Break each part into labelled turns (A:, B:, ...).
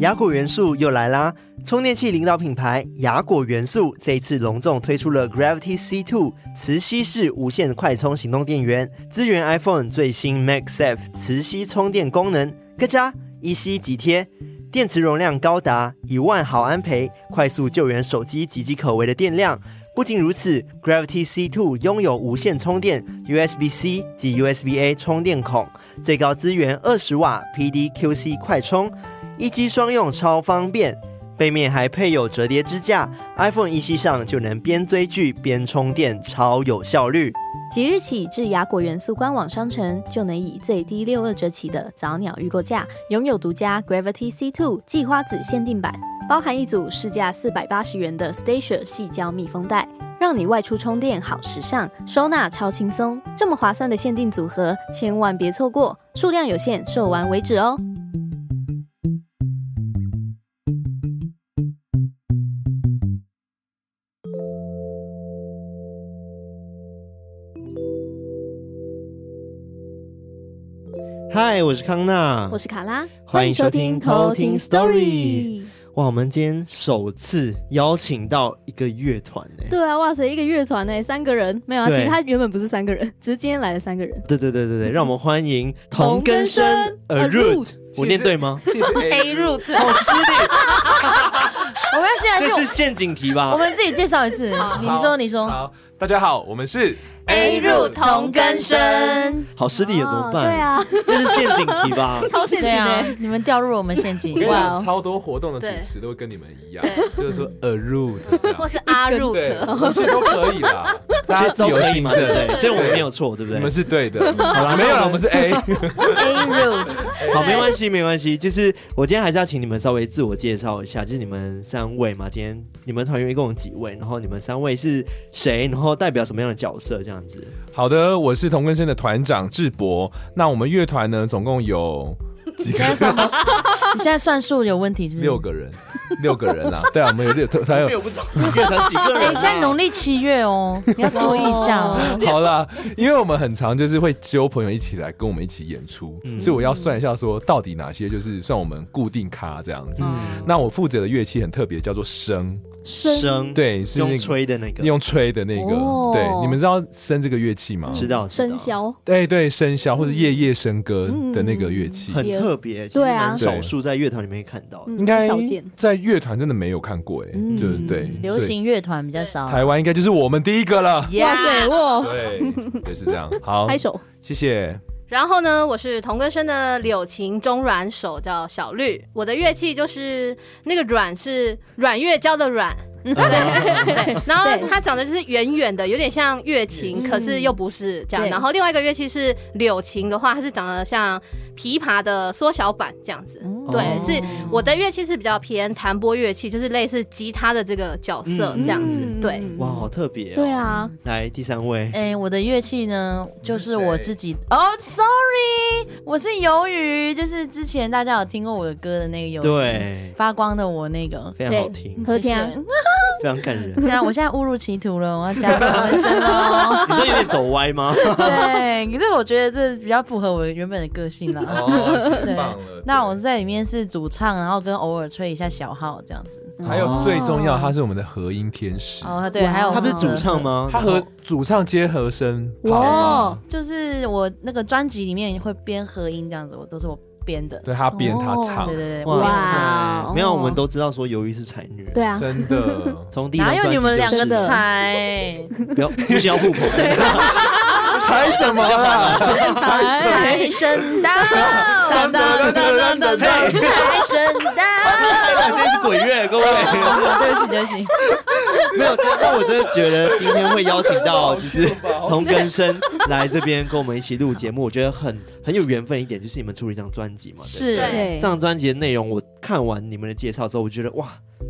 A: 雅果元素又来啦！充电器领导品牌雅果元素这一次隆重推出了 Gravity C2 磁吸式无线快充行动电源，支援 iPhone 最新 MagSafe 磁吸充电功能，咯扎一吸即贴，电池容量高达一万毫安培，快速救援手机岌岌可危的电量。不仅如此，Gravity C2 拥有无线充电 USB-C 及 USB-A 充电孔，最高支援二十瓦 PDQC 快充。一机双用超方便，背面还配有折叠支架，iPhone 一系上就能边追剧边充电，超有效率。
B: 即日起至雅果元素官网商城，就能以最低六二折起的早鸟预购价，拥有独家 Gravity C2 计花子限定版，包含一组市价四百八十元的 Stacia 细胶密封袋，让你外出充电好时尚，收纳超轻松。这么划算的限定组合，千万别错过，数量有限，售完为止哦。
A: 嗨，我是康娜，
B: 我是卡拉，
A: 欢迎收听偷听 Story。哇，我们今天首次邀请到一个乐团呢。
B: 对啊，哇塞，一个乐团呢，三个人没有啊？其
A: 对
B: 实他原本不是三个人，只是今天来了三个人。
A: 对对对对对，让我们欢迎
B: 同根生呃
A: A
C: 呃
B: A
A: Root
B: Root。
A: 呃我念对吗？
D: 其实
E: A root，
A: 好失礼，
E: 我们要先来
A: 这
E: 是
A: 是陷阱题
E: 哎我
A: 吧？
E: 们自己介绍一次。你说，你说
D: 好，大家好，我们是
E: ，A root 同根生。
A: 好失礼了，怎么
B: 哦
A: 办？
B: 对，啊，
A: 这是陷阱题吧？
B: 超陷阱
E: 对啊
B: 哎！，
E: 你们掉入了我们陷阱
D: 我。跟你
B: 哇哦
D: 讲，超多活动的
E: 对
D: 主持都会跟你们一样
E: 对，
D: 就是说 A root 这样
E: 或。是 A
D: 对
E: root，，
D: 其实都可以 啦，大家自
A: 都
D: 由
A: 可以
D: 行
A: 嘛，
D: 政
A: 对不对？所以我们没有错，对不
D: 你
A: 对
D: 们？是对的。嗯
A: 好啦，
D: 没有
A: 那
D: 啦，我们是 A。
E: A root，
A: 好，没关系，没关系。就是我今天还是要请你们稍微自我介绍一下，就是你们三位嘛，今天你们团员一共有几位？然后你们三位是谁？然后代表什么样的角色？这样子。
D: 好的，我是同根生的团长智博。那我们乐团呢，总共有几
E: 你
D: 个
E: 现在算不？你现在算数有问题是不是？
D: 六。个人，六个人啊。对啊，我们有六，还有
A: 我 不知道乐团几个
E: 哎，现在农
A: 历
E: 历七月哦，你要注意一下哦。
D: 好啦，因为我们很常就是会揪朋友一起来跟我们一起演出，
A: 嗯
D: 所以我要算一下说到底哪些就是算我们固定咖这样子。
E: 嗯
D: 那我负责的乐器很特别，叫做笙，
A: 声，
D: 对，是那
A: 用
D: 个
A: 吹的那个，
D: 用吹的那个。
B: 哦
D: 对，你们知道笙这个乐器吗？
A: 知道
B: 生，肖
D: 对对，笙箫或者夜夜笙歌的那个乐
A: 知
D: 器
A: 道，很特别，其实
B: 对啊
A: 蛮少数在乐团里面可以看到的。
B: 嗯
D: 应该
B: 少见
D: 在乐团真的没有看过哎，
B: 嗯
D: 对对，
E: 流
D: 所以
E: 行乐团比较少。
D: 台湾应该就是我们第一个了。
B: 哇塞，哇，
D: 对，对是这样。好，
B: 拍手，
D: 谢谢。
C: 然后呢，我是同根生的柳琴中阮手，叫小绿。我的乐器就是那个阮是阮月娇的嗯阮，对。然后
B: 对
C: 它长得就是圆圆的，有点像月琴，
B: 嗯
C: 可是又不是这样。
B: 对
C: 然后另外一个乐器是柳琴的话，它是长得像琵琶的缩小版这样子。对，
D: 哦
C: 是我的乐器是比较偏弹拨乐器，就是类似吉他的这个角色
A: 嗯
C: 这样子。
B: 嗯
C: 对，
A: 哇，好特别。哦
B: 对，啊，
A: 来第三位，
E: 哎，我的乐器呢，就是我
D: 你是谁
E: 自己。哦，sorry，我是鱿鱼，就是之前大家有听过我的歌的那个鱿鱼，
A: 对，
E: 发光的我那个。
A: 非常好 听，
B: 和
E: 谢谢
B: 田
A: 非常感人。
E: 现在我现在误入歧途了，我要加入纹身 哦。
A: 你说有点走歪 吗？
E: 对，可是我觉得这比较符合我原本的个性啦。
D: 哦，
E: 对
D: 解放了。
E: 那我在里面是主唱，然后跟偶尔吹一下小号这样子。
D: 还有最重要，他是我们的和音天使，
E: 哦，对，
B: 哇
E: 还有
A: 他不是主唱？吗？
D: 他和主唱接和声。
B: 哇，
E: 就是我那个专辑里面会编合音这样子，我都是我编的。
D: 对他编他唱
E: 对，对对，
B: 哇
E: 哇！
B: 哇
A: 没有，
B: 哦
A: 我们都知道说鱿鱼是才女，
B: 对，啊，
D: 真的
A: 从第一张
E: 哪有
A: 专辑
E: 你们两
A: 就
E: 个
A: 是
B: 的
E: 才？
A: 不要不需要 互捧，
D: 猜什么
A: 啊
D: 啦？
B: 哎
E: 财神 到，
D: 当当当当当
E: 财神 到！
A: 这是鬼月，各位。
E: 对不起，对不起。
A: 没有，但我真的觉得今天会邀请到就是
B: 哦
A: 同根生来这边跟我们一起录节目，我觉得很很有缘分一点，就是你们出了一张专辑嘛，对不对
E: 是
C: 对
A: 这张专辑的内容，我看完你们的介绍之后，我觉得哇，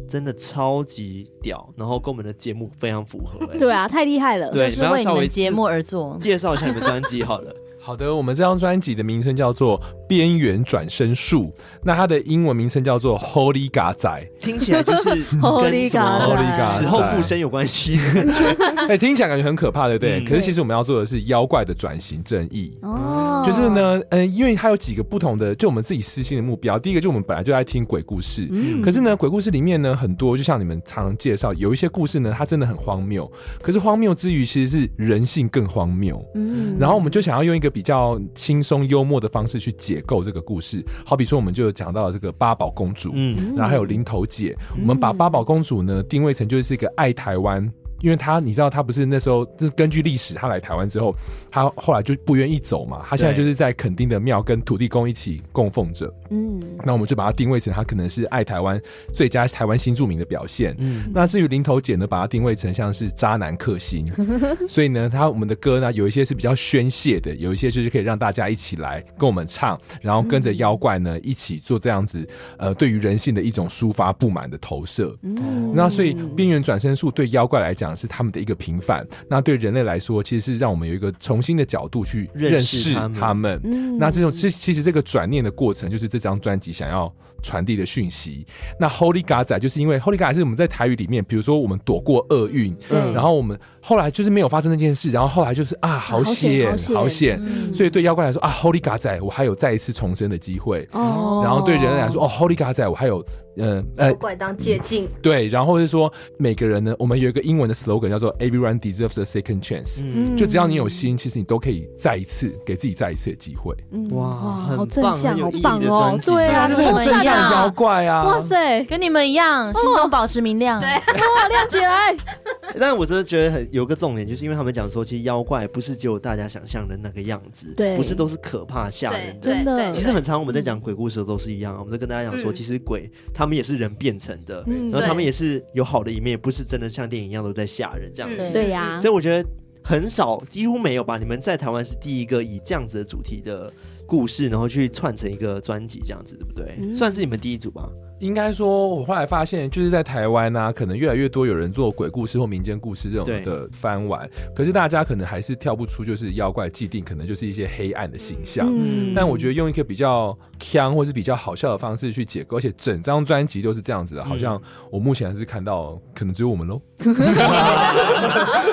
A: 真的超级屌，然后跟我们的节目非常符合、哎
B: 对啊，太厉害了，
A: 对，
E: 就是
A: 们要
E: 为你
A: 稍微
E: 们节目而做。
A: 介绍一下你们专辑好了。
D: 好的，我们这张专辑的名称叫做《边缘转身术》，那它的英文名称叫做 Holy g a 仔，
A: 听起来就是跟
B: Holy
A: 什么
D: Holy God
A: 死后附身有关系。
D: 哎，听起来感觉很可怕，对不对？
A: 嗯
D: 可是其实我们要做的是妖怪的转型正义。
B: 哦，哦
D: 就是，呢，嗯，因为它有几个不同的，就我们自己私心的目标。第一个就我们本来就爱听鬼故事，
B: 嗯
D: 可是呢，鬼故事里面呢，很多就像你们常常介绍，有一些故事呢，它真的很荒谬。可是荒谬之余，其实是人性更荒谬。
B: 嗯
D: 然后我们就想要用一个比较轻松幽默的方式去解构这个故事。好比说，我们就讲到了这个八宝公主，
A: 嗯
D: 然后还有零头姐，我们把八宝公主呢定位成就是一个爱台湾。因为她，你知道，她不是那时候，就是根据历史，她来台湾之后，她后来就不愿意走嘛。她现在
A: 对
D: 就是在垦丁的庙跟土地公一起供奉着。
B: 嗯
D: 那我们就把它定位成她可能是爱台湾最佳台湾新著名的表现。
A: 嗯，
D: 那至于零头姐呢，把它定位成像是渣男克 星，所以呢，她我们的歌呢有一些是比较宣泄的，有一些就是可以让大家一起来跟我们唱，然后跟着
A: 嗯
D: 妖怪呢一起做这样子，呃，对于人性的一种抒发不满的投射。
B: 嗯
D: 那所以边缘转身术对妖怪来讲是他们的一个平反，那对人类来说其实是让我们有一个重新的角度去认
A: 认识
D: 识
A: 他们
D: 他们。
B: 嗯
D: 那这种其其实这个转念的过程，就是这张专辑想要传递的讯息。那 Holy g a 仔就是因为 Holy g a 是我们在台语里面，比如说我们躲过厄运，
A: 嗯
D: 然后我们后来就是没有发生那件事，然后后来就是啊，好险
B: 嗯好，险
D: 好险。
B: 嗯
D: 所以对妖怪来说啊，Holy g a 仔，我还有再一次重生的机会。
B: 哦
D: 然后对人类来说，哦，Holy g a 仔，我还有，呃呃
C: 妖，怪当借镜，
D: 对，然后是说每个人呢，我们有一个英文的 slogan 叫做 “Everyone deserves a second chance”，、
A: 嗯
D: 就只要你有心，其实你都可以再一次给自己再一次的机会。
B: 嗯
A: 哇
B: 好
A: 很
B: 正
A: 棒
B: 向，
A: 很有
B: 好
A: 意义
B: 棒
A: 的
B: 哦
A: 专！辑
B: 对啊，
D: 就
B: 怎
D: 是
B: 么
D: 很
B: 会
D: 正
B: 这
D: 向的
B: 样
D: 妖怪啊！
B: 哇塞，
E: 跟你们一样，心
A: 哦
E: 中保持明亮。
C: 对
B: 哇，亮起来！
A: 但我真的觉得很有个重点，就是因为他们讲说，其实妖怪不是只有大家想象的那个样子，
B: 对
A: 不是都是可怕吓
C: 对
A: 人的。
C: 对
B: 真的
C: 对，
A: 其实很常我们在讲鬼故事的时候都是一样，我们都跟大家讲说，
C: 嗯
A: 其实鬼他们也是人变成的，
B: 嗯
A: 然后他们
C: 对
A: 也是有好的一面，不是真的像电影一样都在吓人这样子。
C: 嗯，
B: 对呀
A: 所以我觉得很少，几乎没有吧。你们在台湾是第一个以这样子的主题的故事，然后去串成一个专辑这样子，对不对？
B: 嗯
A: 算是你们第一组吧。
D: 应该说，我后来发现，就是在台湾啊，可能越来越多有人做鬼故事或民间故事这种
A: 对
D: 的翻玩，可是大家可能还是跳不出，就是妖怪既定可能就是一些黑暗的形象。
A: 嗯
D: 但我觉得用一个比较腔或是比较好笑的方式去解构，而且整张专辑都是这样子的，好像我目前还是看到，可能只有我们喽。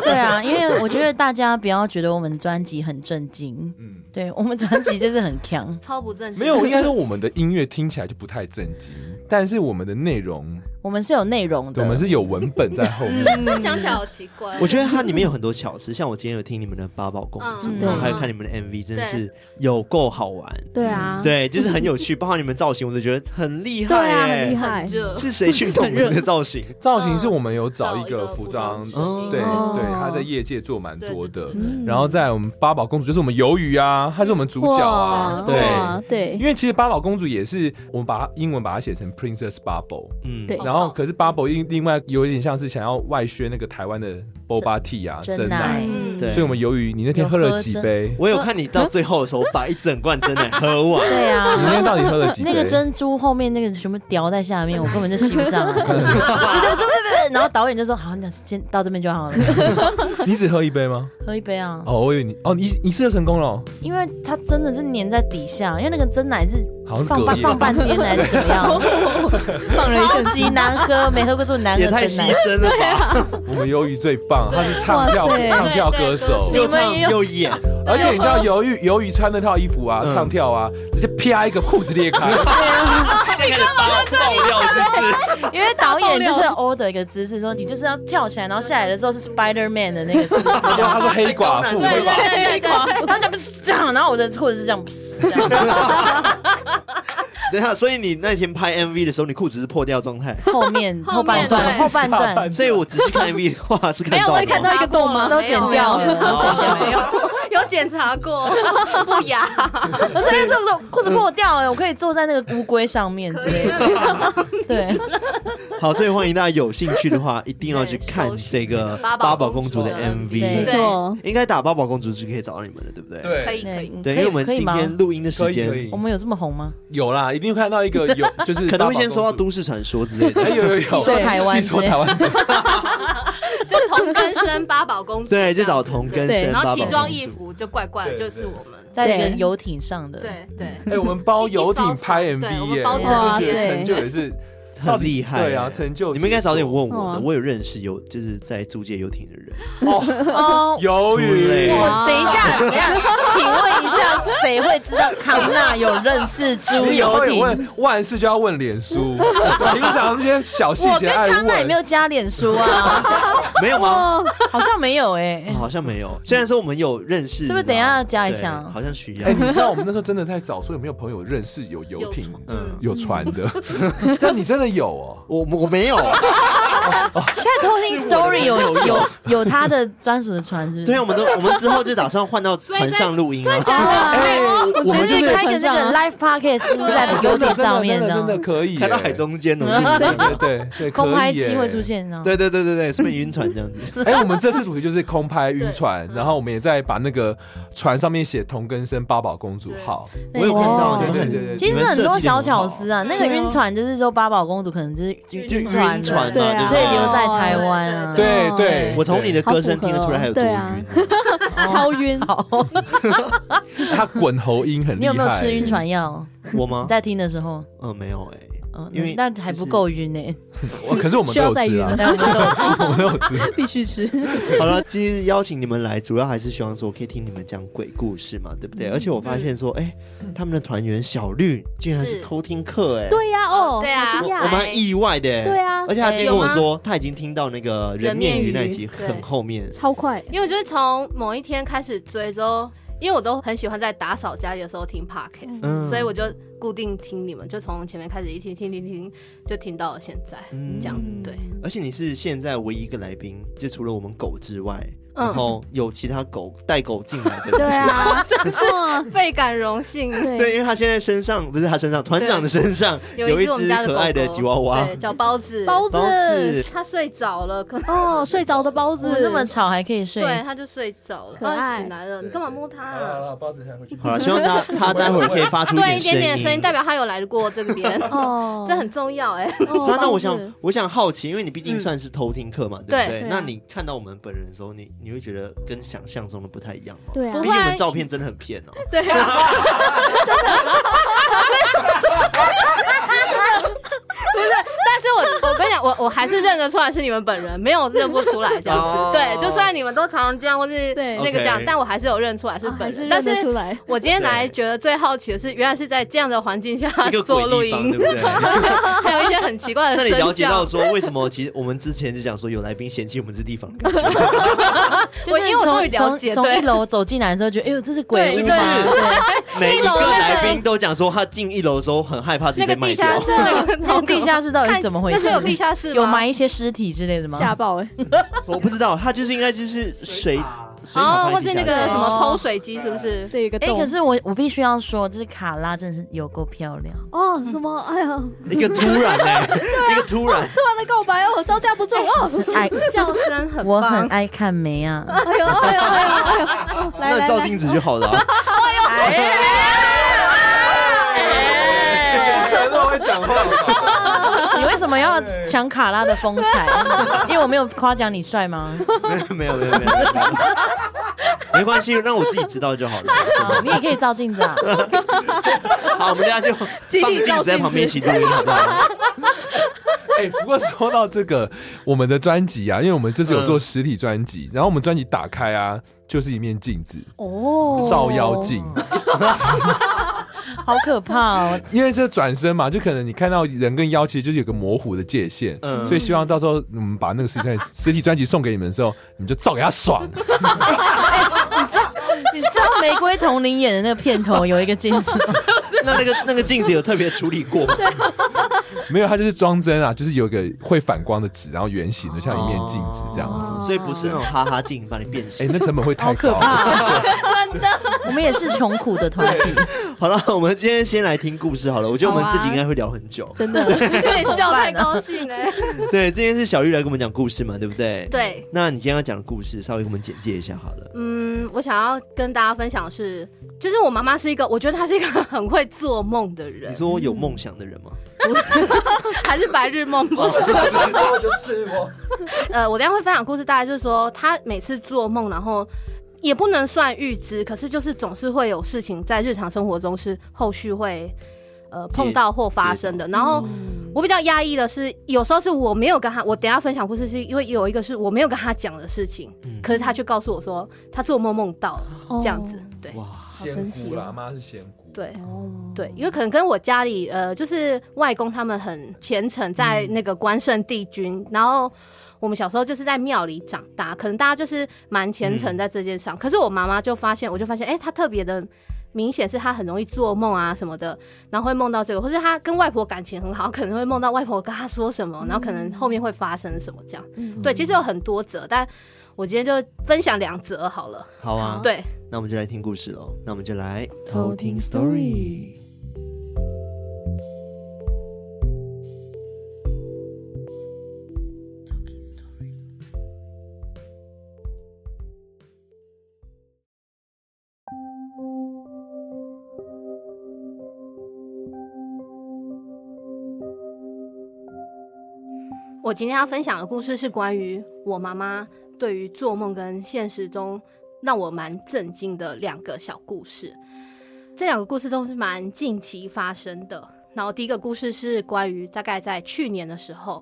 E: 对啊，因为我觉得大家不要觉得我们专辑很震惊，
D: 嗯，
E: 对我们专辑就是很强
C: 超不正经，
D: 没有，应该说我们的音乐听起来就不太正经，但是我们的内容，
E: 我们是有内容
D: 对
E: 的。
D: 我们是有文本在后面。
C: 那讲起来好奇怪。
A: 我觉得它里面有很多巧思，像我今天有听你们的八宝公主，
C: 嗯
A: 然后还有
C: 对
A: 看你们的 MV，真的
C: 对
A: 是有够好玩。
B: 对啊，
A: 对，就是很有趣，包括你们造型，我都觉得很厉
B: 对
A: 害
B: 啊，
A: 耶
B: 很厉
C: 很
B: 害。
C: 热，
A: 是谁去弄你们的造 型？
D: 造型是我们有找一个服
C: 找
D: 装
C: 一个服，
A: 装师
D: 对
B: 哦
D: 对，他在业界做蛮多的
C: 对对对
B: 嗯
C: 对。
D: 然后在我们八宝公主就是我们鱿鱼啊，她是我们主角啊，
B: 哇
D: 对。
B: 哇对
D: 因为其实八宝公主也是我们把它英文把它写成 Princess Bubble，
A: 嗯，
B: 对
D: 然后可是 Bubble 另另外有一点像是想要外宣那个台湾的 Boba Tea 啊，
E: 真
D: 真
B: 哎
E: 奶
D: 奶。
C: 嗯
A: 对
D: 所以我们鱿鱼，你那天喝了几 杯？
A: 我有看你到最后的时候，把一整罐真奶喝 完。
E: 对
D: 你那
E: 啊，
D: 天到底喝了几杯？
E: 那个珍珠后面那个什么掉在下面，我根本就吸不上来。对对对对对然后导演就说：“好，那先到这边就好了，
D: 你只喝一杯吗？
E: 喝一杯啊。
D: 哦，我以为你哦，你一次就成功了哦，”
E: 因为它真的是粘在底下，因为那个真奶是
D: 好像是
E: 放
D: 隔
E: 半
D: 夜
E: 放半天还是怎么样，
C: 放了一
E: 超 级难喝，没喝过这么难喝
A: 也
E: 的
A: 太
E: 真
A: 牺
E: 奶。
A: 牲了
B: 啊
A: 吧！
D: 我们鱿鱼最棒，他是唱跳
B: 哇塞
D: 唱跳
C: 对对
D: 歌手
C: 歌手。
A: 又唱又演，
D: 而且你知道鱿鱼鱿鱼穿那套衣服啊，
A: 嗯
D: 唱跳啊，直接啪一个裤子裂 开，
A: 现在开始爆爆料是不是？
E: 因为导演就是 order 一个姿势，说你就是要跳起来，然后下来的时候是 Spider Man 的那个姿势，
D: 就他是黑寡妇，
C: 对对对对对，
E: 然后就不是这样，然后我的裤子是这样，不是这样
A: 等一下，啊所以你那天拍 MV 的时候，你裤子是破掉状态，
E: 后面后
C: 后面
E: 半 段
C: 对
D: 啊
E: 后半
D: 下半
E: 段
A: 所以我仔细看 MV 的话是
C: 没
A: 看
C: 有，
A: 到
C: 我
A: 的。
C: 看到一个洞吗？
E: 都剪掉了，哦都 剪掉了。
C: 没有，有检查过，不雅，
E: 我真的是我裤子破掉了，我可以坐在那个乌龟上面之类的。对，
A: 好，所以欢迎大家有兴趣的话，一定要去看
C: 对搜
A: 这个
C: 八
A: 八
C: 宝
A: 宝公
C: 公
A: 主
C: 主
A: 的
C: 的
A: MV，
E: 对
B: 没错，
A: 应该打八宝公主就可以找到你们了，对不对？
C: 可
D: 对，
C: 以可以。
A: 对，因为我们
E: 可以
A: 今
E: 吗？
A: 天录音的时
D: 可
A: 间，
D: 以
E: 我们有这么红吗？
D: 有啦，一定看到一个 有，就是
A: 可能会先
D: 收
A: 收到，都市传说之类的。
D: 哎 有有有，
E: 细说台湾
D: 细说台 湾，
C: 就同根生八宝公主，
A: 对，就找同根
B: 对
A: 生
C: 然
A: 八宝
C: 后
A: 公
C: 奇
A: 主
C: 装异服就怪怪，
D: 对
C: 就是我们，
E: 在一个
B: 对
E: 游艇上的，
C: 对对，
D: 哎，我们包游艇拍
C: 对
D: MV
C: 我们
D: 耶，
C: 包
D: 我就觉
B: 哇塞
D: 得成就也是
A: 很厉害。
D: 对啊，成就
A: 你们应该早点问我
B: 哦
A: 的，我有认识有就是在租借游艇的人，
D: 哦，
E: 哦，
D: 鱿
A: 出类
D: 鱼，
A: 哇
C: 嗯哦
E: 我等一下，等一下，请问一下，谁会知道康纳有认识猪
D: 你以
E: 游
D: 后有
E: 艇？
D: 问万事就要问脸 书，平常那些小细
E: 我
D: 节
E: 跟
D: 爱
E: 康纳也
D: 问
E: 没。有加脸书啊，
A: 没有吗？
E: 好像没有哎、
A: 哦好像没 有。虽然说我们有认识，
E: 是不是等一下要加一
A: 对
E: 下
A: 好像需要
D: 哎、。你知道我们那时候真的在找，说有没有朋友认识有游艇、
A: 嗯，
D: 有船的？ 但你真的有哦，
A: 我我没有。
E: 现在偷听
A: 是我的
E: story 有有有他的专属的船，是不是？
A: 对，我啊 们都我们之后就打算换到船上录音啊。
D: 哎、我们就
E: 就是是啊开个
B: 船
E: 那
B: 上啊
E: 个 live podcast 是在游
D: 真的真
E: 艇
D: 的
E: 上面
D: 真的
E: 这
D: 真的
E: 样，
D: 可以耶、
A: 开到海中间哦了，
E: 嗯
D: 对，对对对，
E: 空拍机
D: 可以耶
E: 会出。现啊呢。
A: 对对对对对，顺便晕船这样子。
D: 哎、我们这次主题就是空拍晕船，然后我们也在把那个船上面写同根生八宝公主号，
A: 我有看到
E: 哦
A: 你们
D: 对对对
A: 很，
E: 其
A: 你
E: 实
A: 们
E: 很
A: 设
E: 多
A: 计得
E: 小
A: 很
E: 巧
A: 好
E: 思啊，
C: 嗯
E: 那个晕船就是说八宝公主可能就是晕
C: 就
A: 就
E: 晕
A: 晕
E: 船的，
A: 船
C: 对
A: 嘛，
B: 啊
A: 不
E: 所以
A: 对
E: 留在台湾啊。
C: 哦
D: 对
C: 哦
D: 对，
A: 我从你的
D: 对
A: 歌声听得出来还有多
B: 好
A: 晕
B: 符合哦。
E: 超
B: 超晕，
D: 他滚喉音很厉害。
E: 你有没有吃晕？船药？
A: 我吗
E: 你？在听的时候，
A: 嗯，没有哎。
E: 嗯，
A: 因为
E: 那还不够晕呢。
D: 我可是我们都有
B: 需
D: 吃
B: 要再，
D: 啊
E: 对我们都有吃
D: 我们都有 吃。
B: 必须吃。
A: 好了，今天邀请你们来，主要还是希望说可以听你们讲鬼故事嘛，对不
E: 嗯
A: 对？而且我发现说，哎，他们的团员小绿竟然是
C: 是
A: 偷听课，哎，
B: 对呀，哦，
C: 对啊
B: 好
A: 我
B: 惊
A: 我
B: 讶
A: 们还意外的，哎
B: 对啊
A: 而且他今天
C: 有
A: 跟我
C: 吗
A: 说，他已经听到那个人面鱼那一集很后面，
B: 超快，
C: 因为我就是从某一天开始追之后，因为我都很喜欢在打扫家里的时候听 podcast，、
A: 嗯
C: 所以我就固定听你们，就从前面开始一听听听听，就听到了现在。
A: 嗯
C: 这样对。
A: 而且你是现在唯一一个来宾，就除了我们狗之外，
C: 嗯
A: 然后有其他狗带狗进来的，
B: 对。啊，真是
C: 倍感荣幸，
A: 对，
B: 对
A: 因为他现在身上不是他身上，团长的身上有
C: 一
A: 一
C: 只我
A: 只
C: 们家的狗
A: 可
C: 狗
A: 爱的吉娃娃
C: 对，，叫包子，
B: 包
A: 包
B: 子
A: 子
C: 它睡着了，可能
B: 哦，睡着的包
E: 我
B: 子
E: 们那么吵还可以睡，
C: 对，它就睡着了，
B: 可爱
C: 它醒来了，你干嘛摸它
D: 好了好
C: 啊？
D: 了，包子带回去。
A: 好 了，希望他他待会儿可以发出
C: 对，一点
A: 点
C: 点声
A: 声
C: 音代。表它有来过这 边，
B: 哦，
C: 这很重要哎。
B: 哦
A: 那那我
B: 包
A: 想
B: 子
A: 我想好奇，因为你毕竟算是偷听课嘛，对不
C: 嗯对
A: 对？
B: 对啊
A: 那你看到我们本人的时候，你你会觉得跟想象中的不太一样吗？
B: 对啊
C: 不
A: 毕
C: 会，
A: 竟我们照片真的很 骗哦。
C: 对啊，真的，真的不是。但是我我跟你讲，我我还是认得出来是你们本人，没有认不出来这样
A: 哦
C: 子。对，就虽然你们都常常这样或是
B: 对
C: 那个这样
A: OK，
C: 但我还是有认出来是
B: 啊
C: 本
B: 还是
C: 人。
B: 认
C: 但
B: 得出
C: 是
B: 来，
C: 我今天来
A: 对
C: 觉得最好奇的是，原来是在这样的环境下
A: 一个鬼
C: 做录
A: 地方，对
C: 音
A: 不， 对？
C: 还有一些很奇怪
A: 那
C: 的
A: 你了
C: 声
A: 解到
C: 效。
A: 说为什么？其实我们之前就讲说有来宾嫌弃我们这地方的 感觉，
E: 就是
C: 我因为我终于了
E: 从
C: 解
E: 从从
C: 对
E: 一楼走进来的时候，觉得哎呦这是鬼
C: 对
E: 屋
A: 是不
E: 吗
A: 是？
E: 对，
A: 每一
C: 一楼
A: 个
C: 那个
A: 来宾都讲说他进一楼的时候很害怕自己
C: 那
A: 被
C: 个
A: 卖
C: 地
A: 掉
C: 下。室，那个
E: 那个地下室到底是怎么回
C: 那
E: 事
C: 是？有地下室吗？
E: 有埋一些尸体之类的吗？
B: 吓爆哎，
A: 我不知道，他就是应该就是水水塔
C: 哦，
A: 拍
C: 或
A: 地
C: 是
A: 下
C: 那
A: 室
C: 个什么
E: 哦
C: 抽水机，是不是？
B: 这一个
E: 哎、
B: 洞
E: 可，是我我必须要说，就是卡拉真的是有够漂 亮。
B: 哦，什么，哎呀，
A: 一个突然呢， 一个突然，
B: 突然的告白 哦，招架不住哦，
E: 哎，
C: 笑声很
E: 我很
C: 棒，
E: 爱看梅 啊，
B: 哎呦哎呦哎呦哎呦哦，来
A: 那
B: 来
A: 照
B: 来，
A: 镜子就好了啊。
E: 哎
D: 人都会讲话，
E: 你为什么要抢卡拉的风 采？因为我没有夸奖你帅吗？
A: 没有没有没有没有，没有没关系，让我自己知道就好了。
E: 啊你也可以照镜子 啊。
A: 好，我们大家就
B: 集体
A: 放镜
B: 照
A: 子在
B: 镜
A: 旁边一起
B: 子
A: 录音，好不好？
D: 哎、不过说到这个，我们的专辑啊，因为我们这次有做实体专辑，然后我们专辑打开啊，就是一面镜子，
B: 哦，
D: 照妖镜。
E: 好可怕哦！
D: 因为这转身嘛，就可能你看到人跟妖，其实就是有个模糊的界限。
A: 嗯
D: 所以希望到时候我们把那个实体专实体专辑送给你们的时候，你们就照给他爽。
E: 你知道玫瑰童林演的那个片头有一个镜子吗，
A: 那那个那个镜子有特别处理过吗？
D: 没有，它就是装帧啊，就是有一个会反光的纸，然后圆形的，像一面镜子这样子。
A: 哦所以不是那种哈哈镜把你 变
D: 哎、
A: 形。
D: 那成本会太
E: 好可
D: 高。
E: 怕、啊我们也是穷苦的团体，
A: 好了，我们今天先来听故事好了，我觉得我们自己应该会聊很久。
B: 真的，
C: 对，笑太
E: 办啊
C: 高兴哎。
A: 对，今天是小玉来跟我们讲故事嘛，对不对？。
C: 对，
A: 那你今天要讲的故事，稍微给我们简介一下好了。
C: 嗯，我想要跟大家分享的是，就是我妈妈是一个，我觉得她是一个很会做梦的人
A: 你，说我有梦想的人吗？
C: 还是白日梦不是？
D: 我就是我。
C: 呃，我等一下会分享故事，大概就是说她每次做梦，然后。也不能算预知，可是就是总是会有事情在日常生活中是后续会呃碰到或发生的。然后我比较压抑的是，有时候是我没有跟他，我等一下分享故事是因为有一个是我没有跟他讲的事情，
A: 嗯
B: 哦
C: 可是他却告诉我说他做梦梦到了、这样子。对
A: 哇，
E: 好神
D: 仙
E: 奇
D: 姑啦，
E: 哦
D: 妈是仙姑。
C: 对
E: 哦，
C: 对，因为可能跟我家里呃，就是外公他们很虔诚，在
E: 嗯
C: 那个关圣帝君，然后。我们小时候就是在庙里长大，可能大家就是蛮虔
E: 嗯
C: 诚在这件上。可是我妈妈就发现，我就发现，哎、她特别的明显是她很容易做梦啊什么的，然后会梦到这个，或是她跟外婆感情很好，可能会梦到外婆跟她说什么，然后可能后面会发生什么这样。
E: 嗯
C: 对，其实有很多则，但我今天就分享两则好了。
A: 好啊，
E: 好
C: 对，
A: 那我们就来听故事喽。那我们就来
E: 偷听 story。
C: 我今天要分享的故事是关于我妈妈对于做梦跟现实中让我蛮震惊的两个小故事。这两个故事都是蛮近期发生的。然后第一个故事是关于大概在去年的时候，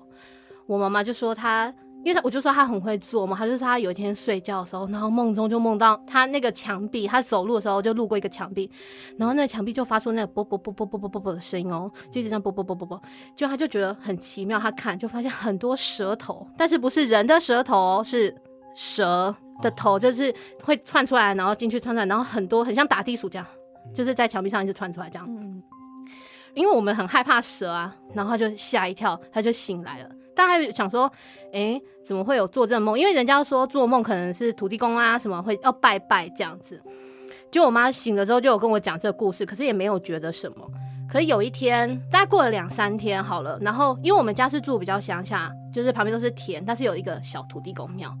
C: 我妈妈就说她，因为她我就说她很会做梦，她就说她有一天睡觉的时候，然后梦中就梦到她那个墙壁，她走路的时候就路过一个墙壁，然后那个墙壁就发出那个啵啵啵啵啵啵啵啵的声音哦，就一直这样啵啵啵啵啵，就他就觉得很奇妙，他看就发现很多舌头，但是不是人的舌头，哦是蛇的头，就是会窜出来，然后进去窜出来，然后很多很像打地鼠这样，就是在墙壁上一直窜出来这样。
E: 嗯
C: 因为我们很害怕蛇啊，然后他就吓一跳，他就醒来了。但他想说，诶，怎么会有做这梦？因为人家说做梦可能是土地公啊，什么会要拜拜这样子。结果我妈醒了之后就有跟我讲这个故事，可是也没有觉得什么。可是有一天，大概过了两三天好了，然后因为我们家是住比较乡下，就是旁边都是田，但是有一个小土地公庙。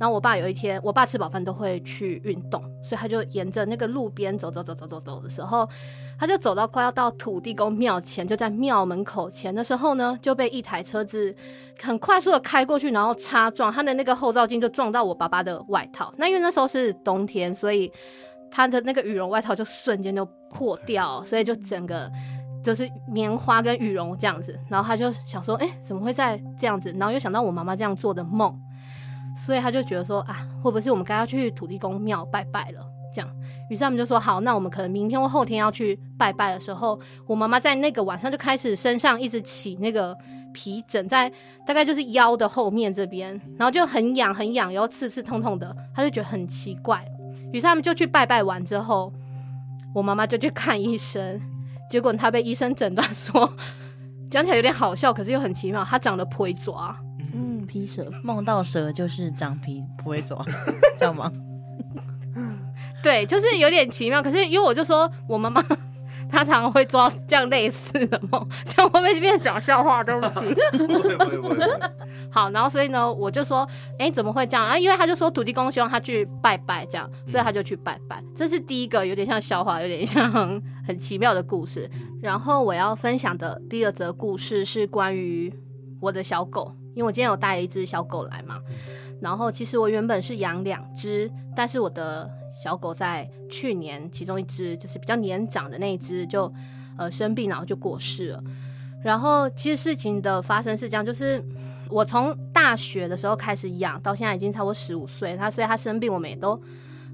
C: 然后我爸有一天，我爸吃饱饭都会去运动，所以他就沿着那个路边走走走走走走的时候，他就走到快要到土地公庙前，就在庙门口前的时候呢，就被一台车子很快速的开过去，然后擦撞他的那个后照镜就撞到我爸爸的外套。那因为那时候是冬天，所以他的那个羽绒外套就瞬间就破掉，所以就整个就是棉花跟羽绒这样子。然后他就想说，哎、怎么会在这样子？然后又想到我妈妈这样做的梦，所以他就觉得说，啊，会不会是我们该要去土地公庙拜拜了？这样，于是他们就说好，那我们可能明天或后天要去拜拜的时候，我妈妈在那个晚上就开始身上一直起那个皮疹，在大概就是腰的后面这边，然后就很痒很痒，然后刺刺痛痛的，她就觉得很奇怪。于是他们就去拜拜完之后，我妈妈就去看医生，结果她被医生诊断说，讲起来有点好笑，可是又很奇妙，她长了腿爪。
E: 嗯，皮蛇梦到蛇就是长皮不会 走，啊知道吗？
C: 对，就是有点奇妙。可是因为我就说我妈妈她常常会做到这样类似的梦，这样会不会变讲笑话？对不起。
A: 不会不会不会，
C: 好，然后所以呢，我就说，哎，怎么会这样啊？因为他就说土地公希望他去拜拜，这样，所以他就去拜拜。这是第一个有点像笑话，有点像很奇妙的故事。然后我要分享的第二则故事是关于我的小狗，因为我今天有带一只小狗来嘛。然后其实我原本是养两只，但是我的小狗在去年其中一只就是比较年长的那一只就呃生病，然后就过世了。然后其实事情的发生是这样，就是我从大学的时候开始养，到现在已经超过十五岁，它所以它生病我们也都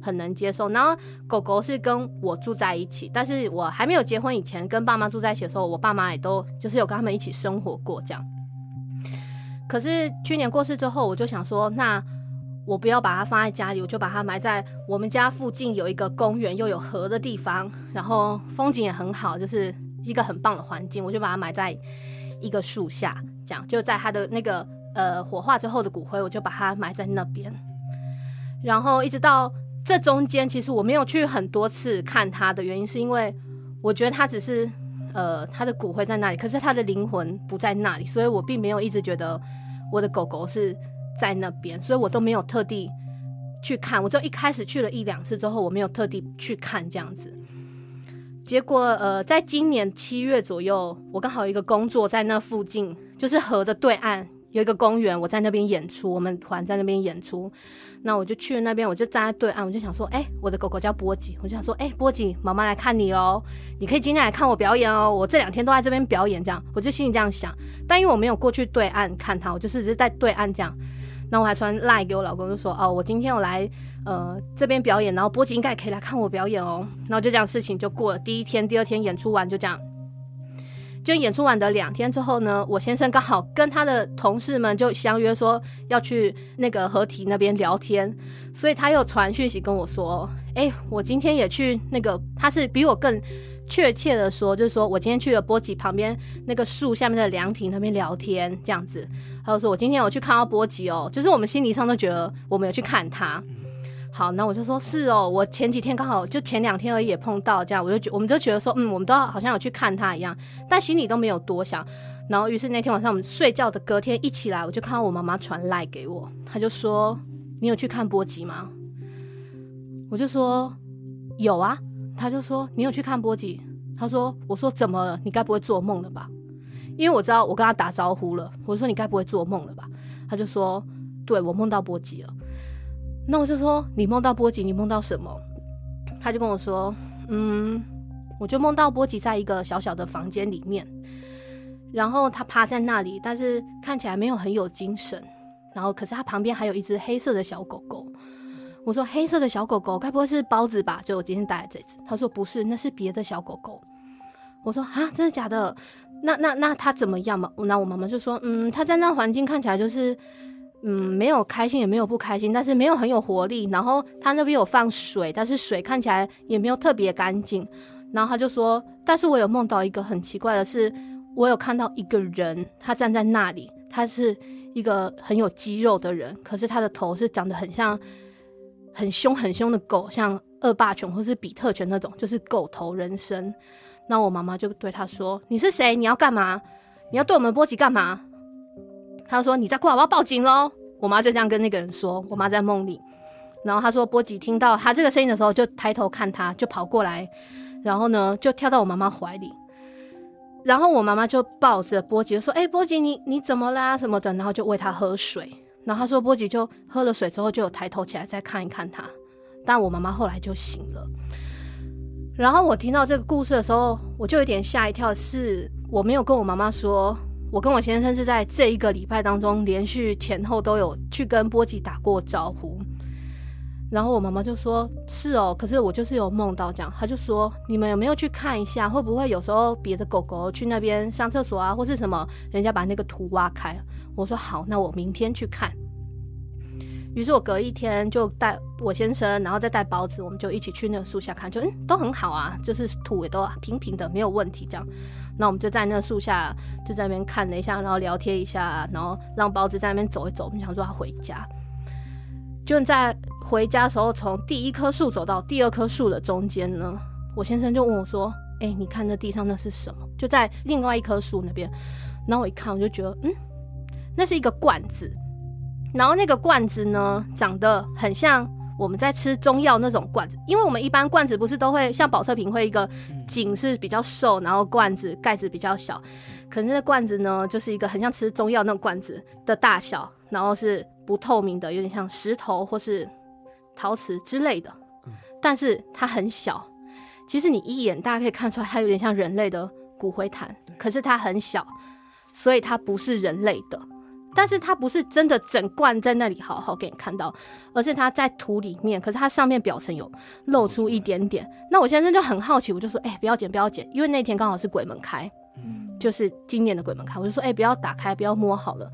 C: 很能接受。然后狗狗是跟我住在一起，但是我还没有结婚以前跟爸妈住在一起的时候，我爸妈也都就是有跟他们一起生活过这样。可是去年过世之后，我就想说，那我不要把它放在家里，我就把它埋在我们家附近有一个公园又有河的地方，然后风景也很好，就是一个很棒的环境，我就把它埋在一个树下，这样就在它的那个呃火化之后的骨灰，我就把它埋在那边。然后一直到这中间，其实我没有去很多次看它的原因，是因为我觉得它只是呃它的骨灰在那里，可是它的灵魂不在那里，所以我并没有一直觉得我的狗狗是在那边，所以我都没有特地去看。我就一开始去了一两次之后，我没有特地去看这样子。结果呃，在今年七月左右，我刚好有一个工作在那附近，就是河的对岸有一个公园，我在那边演出，我们团在那边演出。那我就去那边，我就站在对岸，我就想说，哎、我的狗狗叫波吉，我就想说，哎、波吉，妈妈来看你哦，你可以今天来看我表演哦，我这两天都在这边表演，这样，我就心里这样想。但因为我没有过去对岸看它，我就是只是在对岸这样。然然后我还传赖给我老公，就说哦，我今天有来呃这边表演，然后波吉应该也可以来看我表演哦。然后就这样事情就过了，第一天、第二天演出完就这样。就演出完的两天之后呢，我先生刚好跟他的同事们就相约说要去那个合体那边聊天，所以他又传讯息跟我说：“哎、我今天也去那个，他是比我更确切的说，就是说我今天去了波吉旁边那个树下面的凉亭那边聊天这样子。”还有说：“我今天有去看到波吉哦，就是我们心理上都觉得我们有去看他。”好，那我就说是哦，我前几天刚好就前两天而已也碰到这样，我就觉我们就觉得说，嗯，我们都好像有去看他一样，但心里都没有多想。然后于是那天晚上我们睡觉的隔天一起来，我就看到我妈妈传赖给我，她就说：“你有去看波吉吗？”我就说：“有啊。”她就说：“你有去看波吉？”她说：“我说怎么了？你该不会做梦了吧？”因为我知道我跟她打招呼了，我说：“你该不会做梦了吧？”她就说：“对，我梦到波吉了。”那我就说：“你梦到波吉，你梦到什么？”她就跟我说：“嗯，我就梦到波吉在一个小小的房间里面。”然后他趴在那里，但是看起来没有很有精神。然后，可是他旁边还有一只黑色的小狗狗。我说：“黑色的小狗狗，该不会是包子吧？”就我今天带的这只。他说：“不是，那是别的小狗狗。”我说：“啊，真的假的？那那那它怎么样嘛？”那我妈妈就说：“嗯，它在那环境看起来就是，嗯，没有开心也没有不开心，但是没有很有活力。然后它那边有放水，但是水看起来也没有特别干净。然后他就说，但是我有梦到一个很奇怪的是，我有看到一个人，他站在那里，他是一个很有肌肉的人，可是他的头是长得很像很凶很凶的狗，像恶霸犬或是比特犬那种，就是狗头人身。那我妈妈就对他说：“你是谁？你要干嘛？你要对我们波及干嘛？”他说：“你再啊过来，我要报警喽！”我妈就这样跟那个人说。我妈在梦里，然后她说波吉听到他这个声音的时候，就抬头看他，就跑过来，然后呢就跳到我妈妈怀里，然后我妈妈就抱着波吉就说：“哎、波吉，你你怎么啦？什么的？”然后就喂他喝水。然后他说波吉就喝了水之后就有抬头起来再看一看他，但我妈妈后来就醒了。然后我听到这个故事的时候，我就有点吓一跳，是我没有跟我妈妈说，我跟我先生是在这一个礼拜当中连续前后都有去跟波吉打过招呼。然后我妈妈就说：“是哦，可是我就是有梦到这样。”她就说：“你们有没有去看一下，会不会有时候别的狗狗去那边上厕所啊，或是什么，人家把那个图挖开？”啊我说：“好，那我明天去看。”于是我隔一天就带我先生，然后再带包子，我们就一起去那个树下看，就嗯都很好啊，就是土也都平平的，没有问题这样。那我们就在那个树下就在那边看了一下，然后聊天一下，啊然后让包子在那边走一走。我们想说他回家，就在回家的时候，从第一棵树走到第二棵树的中间呢，我先生就问我说：“哎、你看那地上那是什么？”就在另外一棵树那边。然后我一看，我就觉得，嗯，那是一个罐子。然后那个罐子呢，长得很像我们在吃中药那种罐子，因为我们一般罐子不是都会像保特瓶会一个颈是比较瘦，然后罐子盖子比较小，可是那罐子呢，就是一个很像吃中药那种罐子的大小，然后是不透明的，有点像石头或是陶瓷之类的，但是它很小，其实你一眼大家可以看出来，它有点像人类的骨灰坛，可是它很小，所以它不是人类的。但是它不是真的整罐在那里好好给你看到，而是它在土里面，可是它上面表层有露出一点点。那我先生就很好奇，我就说：“哎、不要剪，不要剪，因为那天刚好是鬼门开，就是今年的鬼门开。”我就说：“哎、不要打开，不要摸好了。”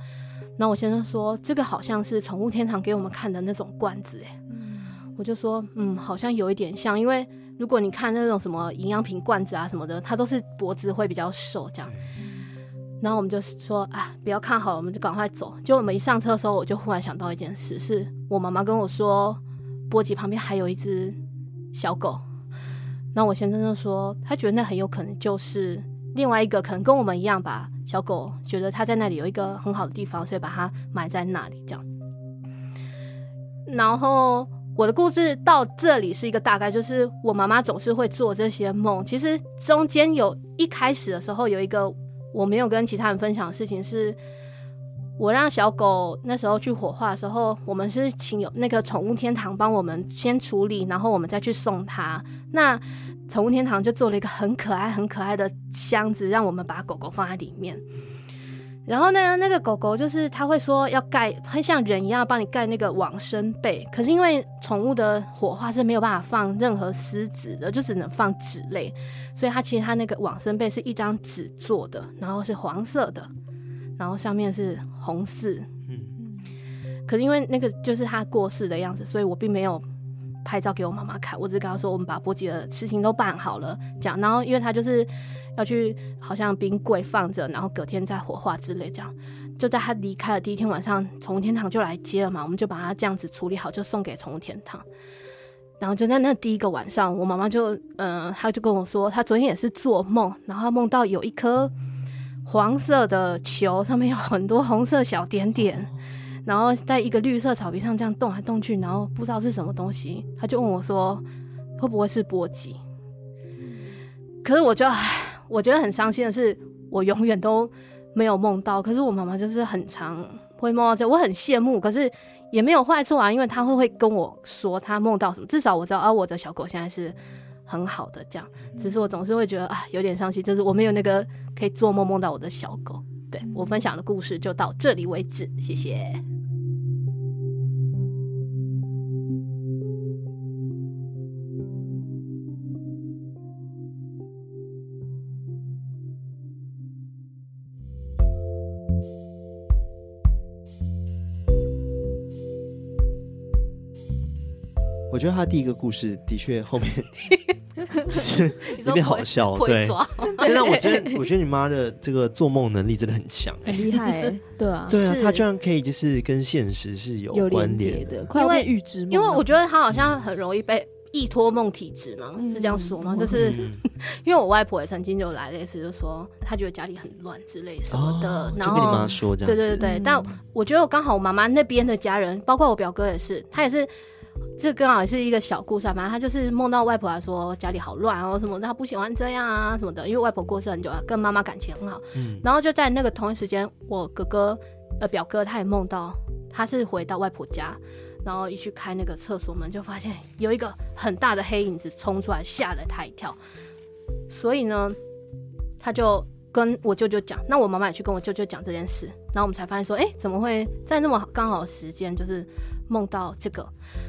C: 然后我先生说：“这个好像是宠物天堂给我们看的那种罐子。”哎，我就说：“嗯，好像有一点像，因为如果你看那种什么营养品罐子啊什么的，它都是脖子会比较瘦这样。”然后我们就说啊，不要看好了，我们就赶快走。结果我们一上车的时候，我就忽然想到一件事，是我妈妈跟我说，波吉旁边还有一只小狗。然后我先生就说，他觉得那很有可能就是另外一个，可能跟我们一样吧，小狗觉得它在那里有一个很好的地方，所以把它埋在那里这样。然后我的故事到这里是一个大概，就是我妈妈总是会做这些梦。其实中间有一开始的时候有一个我没有跟其他人分享的事情是，我让小狗那时候去火化的时候，我们是请有那个宠物天堂帮我们先处理，然后我们再去送它。那宠物天堂就做了一个很可爱、很可爱的箱子，让我们把狗狗放在里面。然后呢，那个狗狗就是它会说要盖，很像人一样帮你盖那个往生被。可是因为宠物的火化是没有办法放任何丝纸的，就只能放纸类，所以它其实它那个往生被是一张纸做的，然后是黄色的，然后上面是红字。
A: 嗯，
C: 可是因为那个就是它过世的样子，所以我并没有拍照给我妈妈看，我只是跟她说我们把波吉的事情都办好了，这样。然后因为她就是要去好像冰柜放着，然后隔天再火化之类这样。就在她离开的第一天晚上，宠物天堂就来接了嘛，我们就把它这样子处理好，就送给宠物天堂。然后就在那第一个晚上，我妈妈就嗯、呃，她就跟我说，她昨天也是做梦，然后她梦到有一颗黄色的球，上面有很多红色小点点。然后在一个绿色草皮上这样动来动去，然后不知道是什么东西，他就问我说会不会是波及？可是我就唉我觉得很伤心的是，我永远都没有梦到。可是我妈妈就是很常会梦到这，我很羡慕，可是也没有坏处啊，因为她会会跟我说她梦到什么，至少我知道啊，我的小狗现在是很好的这样。只是我总是会觉得啊，有点伤心，就是我没有那个可以做梦梦到我的小狗。对我分享的故事就到这里为止，谢谢。
A: 我觉得他第一个故事的确后面 是
C: 你
A: 有点好笑，对。
C: 抓，
A: 但是我觉得，我觉得你妈的这个做梦能力真的很强哎、
B: 很厉害、欸， 对啊，
A: 对啊，
C: 是
A: 她居然可以就是跟现实是有
B: 有
A: 关
B: 连接
A: 联
B: 的，快要
C: 因为
B: 变预知梦了，
C: 因为我觉得他好像很容易被依托梦体质嘛，是这样说吗？就是
A: 嗯
C: 因为我外婆也曾经就来类似，就说她觉得家里很乱之类什么的，
A: 哦，就
C: 然
A: 跟你妈
C: 后。
A: 说这样
C: 对
A: 子，
C: 对对对，
B: 嗯
C: 但我觉得我刚好我妈妈那边的家人，包括我表哥也是，他也是，这刚好也是一个小故事啊。反正他就是梦到外婆来说家里好乱哦什么的，他不喜欢这样啊什么的。因为外婆过世很久了，跟妈妈感情很好，
A: 嗯，
C: 然后就在那个同一时间，我哥哥呃表哥他也梦到他是回到外婆家，然后一去开那个厕所门，就发现有一个很大的黑影子冲出来，吓了他一跳。所以呢，他就跟我舅舅讲，那我妈妈也去跟我舅舅讲这件事，然后我们才发现说，哎，怎么会在那么好刚好的时间就是梦到这个？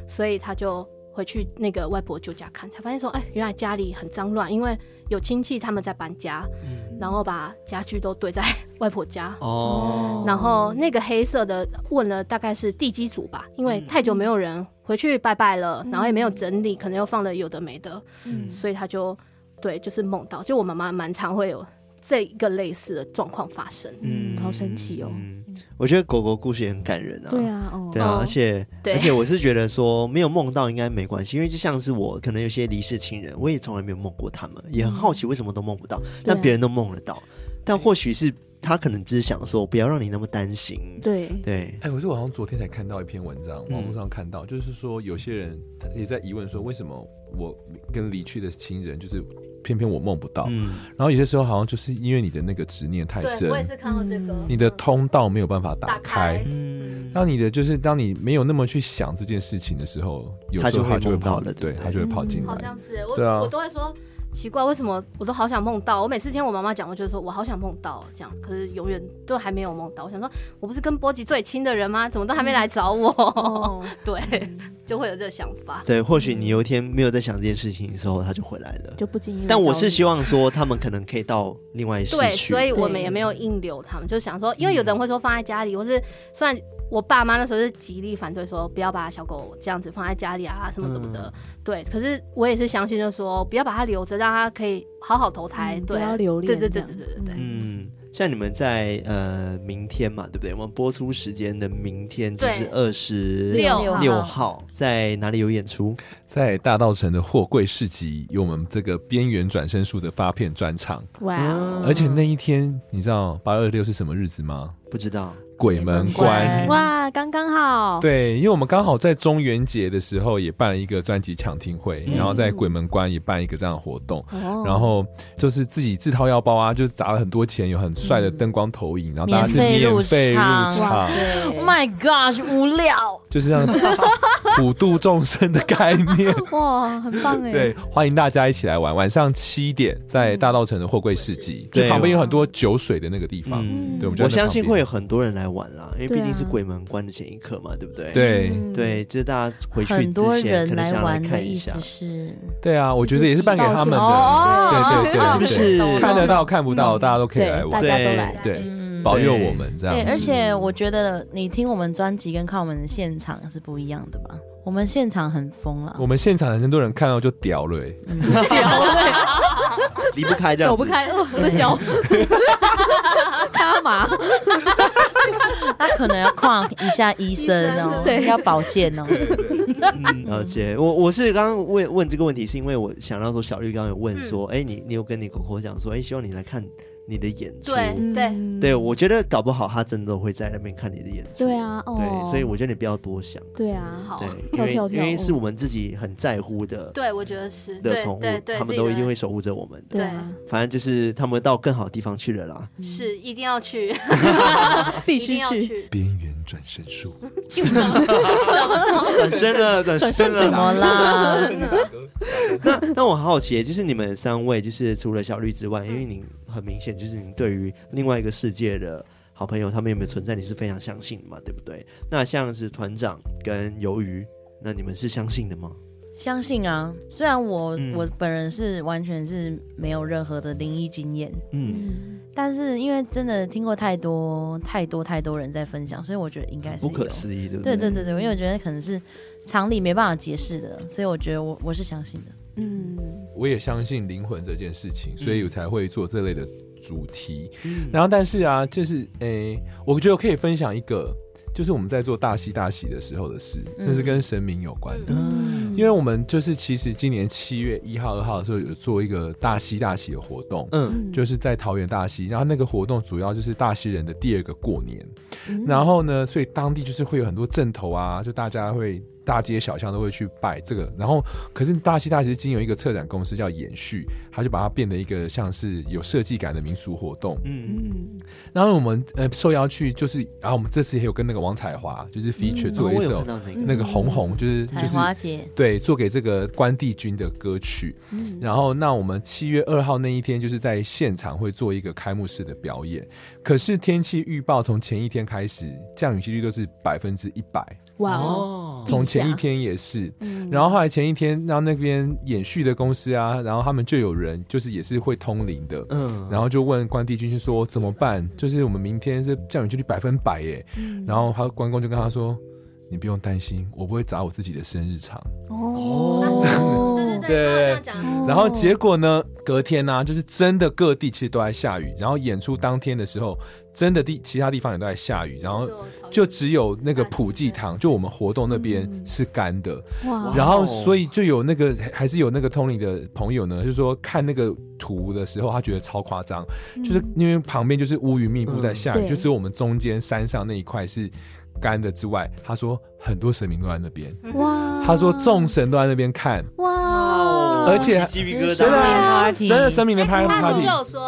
C: 所以他就回去那个外婆舅家看，才发现说，哎，原来家里很脏乱，因为有亲戚他们在搬家，
A: 嗯
C: 然后把家具都堆在 外婆家。
A: 哦，
C: 然后那个黑色的问了，大概是地基组吧，
A: 嗯
C: 因为太久没有人回去拜拜了，然后也没有整理，可能又放了有的没的，
B: 嗯
C: 所以他就对，就是梦到，就我妈妈蛮常会有这一个类似的状况发生。
B: 嗯好神奇哦
A: 嗯我觉得狗狗故事也很感人啊，
B: 对啊，哦，
A: 对啊，
C: 哦
A: 而且
C: 对
A: 而且我是觉得说没有梦到应该没关系，因为就像是我可能有些离世亲人，我也从来没有梦过他们，也很好奇为什么都梦不到，
C: 啊
A: 但别人都梦得到，但或许是他可能只是想说不要让你那么担心，
B: 对，
A: 对，
D: 哎，我是我好像昨天才看到一篇文章，
A: 嗯
D: 网络上看到，就是说有些人他也在疑问说，为什么我跟离去的亲人，就是偏偏我梦不到，
A: 嗯，
D: 然后有些时候好像就是因为你的那个执念太深，
C: 是看到
B: 这个
D: 你的通道没有办法打
C: 打开
A: 嗯
D: 当你的就是当你没有那么去想这件事情的时候，有时候
A: 它
D: 它
A: 就
D: 就
A: 会梦
D: 会
A: 到
D: 跑
A: 了对
D: 对，
A: 不对
D: 它就会跑进
C: 嗯好
D: 来
C: 像。是我、
D: 对啊
C: 我都会说奇怪，为什么我都好想梦到？我每次听我妈妈讲，我就说我好想梦到这样，可是永远都还没有梦到。我想说，我不是跟波吉最亲的人吗？怎么都还没来找我？
B: 哦，
C: 对，就会有这个想法。
A: 对，或许你有一天没有在想这件事情的时候，他就回来了。
B: 就不经意地找
A: 但
B: 你。
A: 我是希望说，他们可能可以到另外一世
C: 对，
A: 去。
C: 所以我们
B: 对
C: 也没有硬留他们，就想说，因为有的人会说放在家里，或是虽然我爸妈那时候是极力反对说不要把小狗这样子放在家里啊，什么什么的。对，可是我也是相信，就是说不要把它留着，让它可以好好投胎。
B: 嗯
C: 对，
B: 不要留恋
C: 对对对
B: 这
C: 对
B: 样
C: 对对对。
A: 嗯，像你们在呃明天嘛，对不对？我们播出时间的明天就是
C: 对
A: 二十
C: 六
B: 号
A: 六号，在哪里有演出？
D: 在大道城的货柜市集有我们这个边缘转身术的发片专场，
B: 哇哦，
D: 而且那一天你知道八二六是什么日子吗？
A: 不知道，
D: 鬼门
E: 门
D: 关
E: 关。
B: 哇，刚刚好，
D: 嗯对，因为我们刚好在中元节的时候也办了一个专辑抢听会，
A: 嗯
D: 然后在鬼门关也办一个这样的活动，
B: 哦，
D: 然后就是自己自掏腰包啊，就是砸了很多钱，有很帅的灯光投影，然后大家是
E: 免费
D: 免
E: 入
D: 费入
E: 场
D: 场，
B: 对
E: Oh my gosh，无聊。
D: 就是让普度众生的概念。
B: 哇，很棒哎！
D: 对，欢迎大家一起来玩。晚上七点在大道城的货柜市集，
A: 对
D: 就旁边有很多酒水的那个地方。
A: 嗯
D: 对，我们就在那
A: 我相信
D: 旁边
A: 会有很多人来玩啦，因为毕
B: 对啊
A: 竟是鬼门关的前一刻嘛，对不对？
D: 对
E: 嗯，
A: 对，就是大家回去
E: 很多
A: 之前
E: 人
A: 可能
E: 来
A: 想来
E: 玩的
A: 看
E: 意
A: 一下
E: 思，是，
D: 对啊，我觉得也是办给他们的，对
E: 哦
D: 对对
A: 是不是
E: 懂了
D: 看得到看不到，大家都可以
B: 对
D: 来，玩
B: 大。家都
A: 对
B: 来。
D: 对，
E: 嗯
D: 保佑我们这样
E: 对，
D: 子。
E: 而且我觉得你听我们专辑跟看我们现场是不一样的吧？我们现场很疯了
D: 我，们现场很多人看到就屌了、欸，
A: 离不开这样
B: 走
A: 子，
B: 不开，哦我的 脚他麻，
E: 他可能要跨一下 医生哦，
B: 对
E: 要保健 哦，
A: 嗯，了解。我我是刚刚问问这个问题，是因为我想到说小绿刚刚有问说，哎、你你有跟你狗狗讲说，哎、希望你来看你的演出。
C: 对对，
B: 嗯
A: 对，我觉得搞不好他真的会在那边看你的演出。
B: 对啊，哦，
A: 对，所以我觉得你不要多想，
B: 对啊，
C: 好
A: 对，
B: 跳跳
A: 因为
B: 跳
A: 因为是我们自己很在乎的
C: 对我觉得是
A: 的
C: 对
A: 宠物
C: 对，对，
A: 他
C: 自
A: 们
C: 己
A: 都
C: 的
A: 一定会守护着我们的。
B: 对啊，
A: 反正就是他们到更好的地方去了啦。
C: 是一定要去，
B: 必
C: 一定
B: 须
C: 要
B: 去。
C: 去。
D: 边缘转身术。
A: 转身了，转身了。
E: 怎么啦？
A: 那那我好奇，就是你们三位，就是除了小绿之外，因为您很明显就是您对于另外一个世界的好朋友他们有没有存在，你是非常相信的嘛，对不对？那像是团长跟鱿鱼，那你们是相信的吗？
E: 相信啊，虽然我、
A: 嗯
E: 我本人是完全是没有任何的灵异经验，
A: 嗯，
E: 但是因为真的听过太多太多太多人在分享，所以我觉得应该是
A: 不可
E: 有
A: 思议，对不
E: 对
A: 对？
E: 对对对，因为我觉得可能是常理没办法解释的，所以我觉得我我是相信的。
B: 嗯，
D: 我也相信灵魂这件事情，所以我才会做这类的主题。然后，但是啊，就是诶、我觉得我可以分享一个，就是我们在做大喜大喜的时候的事，
E: 嗯
D: 那是跟神明有关的。
A: 嗯
D: 因为我们就是其实今年七月一号、二号的时候有做一个大喜大喜的活动，
A: 嗯
D: 就是在桃园大溪，然后那个活动主要就是大溪人的第二个过年，
A: 嗯
D: 然后呢，所以当地就是会有很多镇头啊，就大家会大街小巷都会去拜这个，然后可是大溪大溪经有一个策展公司叫延续，它就把它变得一个像是有设计感的民俗活动，
A: 嗯，
D: 然后我们呃受邀去就是，然后我们这次也有跟那个王彩华就是 feature
A: 哦
D: 做了
A: 我
D: 一
A: 有
D: 首
A: 看到嗯那个，
D: 那个红红就是
E: 彩
D: 就是
E: 花姐，
D: 对，做给这个关帝君的歌曲。然后，那我们七月二号那一天就是在现场会做一个开幕式的表演。可是天气预报从前一天开始，降雨几率都是百分之一百，
B: 哇哦，
A: 哦，
D: 从前一天也是。然后后来前一天，然后那边演续的公司啊，然后他们就有人就是也是会通灵的，
A: 嗯，
D: 然后就问关帝君是说怎么办？就是我们明天是降雨几率百分百耶。然后他关公就跟他说：“你不用担心，我不会砸我自己的生日场。”
B: 哦，
C: 对对
D: 对
C: 对，他好像讲
D: 然后结果呢，隔天呢、就是真的各地其实都在下雨，然后演出当天的时候，真的地其他地方也都在下雨，然后就只有那个普济堂，就我们活动那边是干的，
B: 哇，
D: 然后所以就有那个还是有那个通灵的朋友呢，就说看那个图的时候，他觉得超夸张，就是因为旁边就是乌云密布在下
B: 嗯
D: 雨，
B: 对
D: 就只有我们中间山上那一块是干的之外，他说很多神明都在那边，
B: 哇，
D: 他说众神都在那边看，
B: 哇，
D: 而且
A: 鸡皮疙
D: 真的
A: 瘩，
D: 啊
E: 真
D: 真的神明的拍
C: 他哎是不
D: party
C: 是。有说，